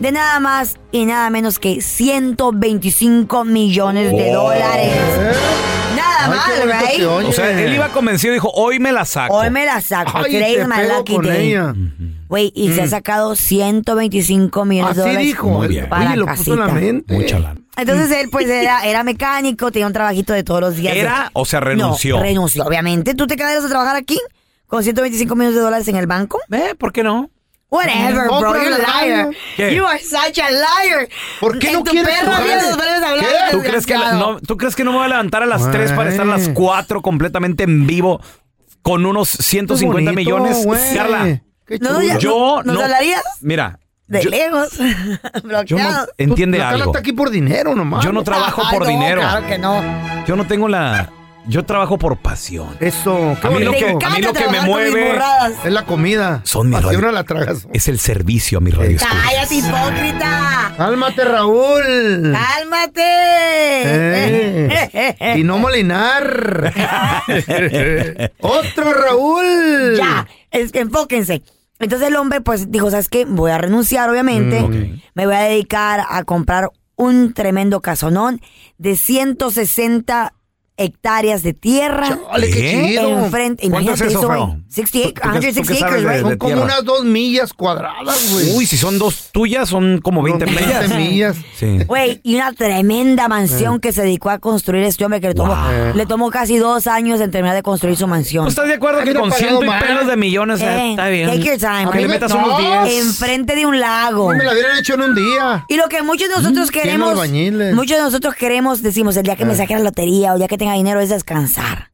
S5: De nada más y nada menos que 125 millones de
S6: Oh.
S5: dólares. Nada
S3: Ay, qué
S5: mal,
S3: bonito
S5: ¿right?
S3: que oye. O sea, él iba convencido y dijo, hoy me la saco.
S5: Hoy me la saco.
S3: Ay,
S5: Today's
S3: te
S5: my
S3: pego
S5: lucky
S3: con
S5: day.
S3: ella.
S5: Güey, y se
S3: Mm.
S5: ha sacado 125 millones de
S6: Así
S5: dólares.
S6: dijo.
S3: Muy bien.
S5: para
S6: Oye, lo puso en la
S5: casita.
S6: mente.
S3: Mucha lana.
S5: Entonces él pues era, era mecánico, tenía un trabajito de todos los días.
S3: ¿Era? O sea,
S5: No,
S3: renunció.
S5: renunció, obviamente. ¿Tú te quedarías a trabajar aquí con 125 millones de dólares en el banco?
S3: Eh, ¿por qué no?
S5: Whatever,
S6: No,
S5: bro,
S6: pero
S5: you're a
S6: el
S5: liar.
S6: año. ¿Qué?
S5: You are such a liar.
S6: ¿Por qué
S5: En
S6: no
S5: tu
S6: quieres
S5: perra
S6: tu
S5: vida
S6: jale?
S5: nos vuelves a hablar,
S3: ¿Tú crees, que la-
S5: desgraciado.
S3: no, ¿Tú crees que no me voy a levantar a las 3 para estar a las
S6: Güey.
S3: 4 completamente en vivo con unos 150
S6: Qué bonito,
S3: millones?
S6: güey.
S3: Carla,
S6: Qué
S5: No,
S6: chulo.
S5: ya-
S3: yo
S5: ¿nos
S3: no-
S5: hablarías?
S3: Mira,
S5: De
S3: yo-
S5: lejos.
S3: yo no,
S5: Bloqueado.
S3: entiende
S6: Pues, La Carla
S3: algo.
S6: está aquí por dinero nomás.
S3: Yo no trabajo
S5: Ay,
S3: por
S5: no,
S3: dinero.
S5: Claro que no.
S3: Yo no tengo la... Yo trabajo por pasión.
S6: Eso.
S3: A mí lo
S5: Te
S3: que, a mí
S5: encanta
S3: lo que me
S5: trabajar con mis
S3: mueve
S5: burradas.
S6: Es la comida.
S3: son mis
S6: Así
S3: radio-
S6: una la tragas.
S3: Es el servicio a mi radio.
S5: ¡Cállate, hipócrita!
S6: Cálmate,
S3: Mm.
S6: Raúl.
S5: ¡Cálmate!
S6: Eh. y no molinar. ¡Otro Raúl!
S5: Ya, es- enfóquense. Entonces el hombre pues dijo, ¿sabes qué? Voy a renunciar, obviamente.
S3: Mm,
S5: Me voy a dedicar a comprar un tremendo casonón de 160 hectáreas de tierra. ¿Eh?
S6: Chale, qué chido.
S5: Enfrente,
S3: ¿Cuánto es
S5: imagínate
S3: eso,
S5: eso,
S3: feo?
S5: güey. 60,
S3: ¿Tú qué- tú qué
S5: 160
S3: sabes
S5: acres,
S3: de-
S5: güey.
S3: de
S6: Son como
S3: tierra?
S6: unas dos millas cuadradas, güey.
S3: Uy, si son dos tuyas, son como 20
S6: Son
S3: millas.
S6: 20 millas.
S3: Sí.
S5: Güey, y una tremenda mansión que se dedicó a construir este hombre que le tomó,
S3: Wow.
S5: le tomó casi dos años en terminar de construir su mansión.
S3: ¿Tú estás de acuerdo
S6: A mí
S3: que
S6: me
S3: con
S6: ha pagado
S3: ciento y
S6: más.
S3: pelos de millones
S5: Eh,
S3: está bien?
S5: Take your time.
S3: Aunque le metas unos 10.
S5: Enfrente de un lago.
S6: Me la hubieran hecho en un día.
S5: Y lo que muchos de
S3: Mm,
S5: nosotros
S6: cien
S5: queremos,
S6: albañiles.
S3: Eh.
S5: muchos de nosotros queremos, decimos, el día que me saque la lotería o el día que tenga dinero es descansar.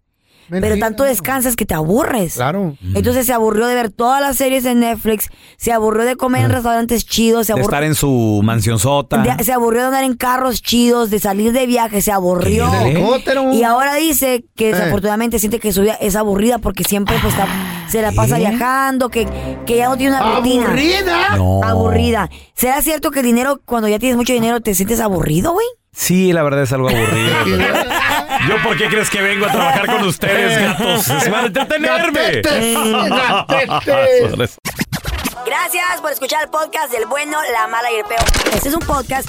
S5: pero tanto descansas que te aburres.
S6: Claro.
S5: Entonces se aburrió de ver todas las series en Netflix, se aburrió de comer en restaurantes chidos, se
S3: Ah. De estar
S5: aburrió
S3: en su mansión sota.
S5: de- se aburrió de andar en carros chidos, de salir de viaje, se aburrió.
S3: ¿Qué? ¿De helicóptero?
S5: Y ahora dice que desafortunadamente siente que su vida es aburrida porque siempre pues, está- se la pasa
S6: ¿Qué?
S5: viajando, que, que ya no tiene una rutina.
S6: ¿Aburrida?
S3: No.
S5: Aburrida. ¿Será cierto que el dinero, cuando ya tienes mucho dinero, te sientes aburrido, güey?
S3: Sí, la verdad es algo aburrido. ¿Yo por qué crees que vengo a trabajar con ustedes,
S6: Eh.
S3: gatos? Es para entretenerme.
S5: Gatetes. Gracias por escuchar el podcast del bueno, la mala y el peor. Este es un podcast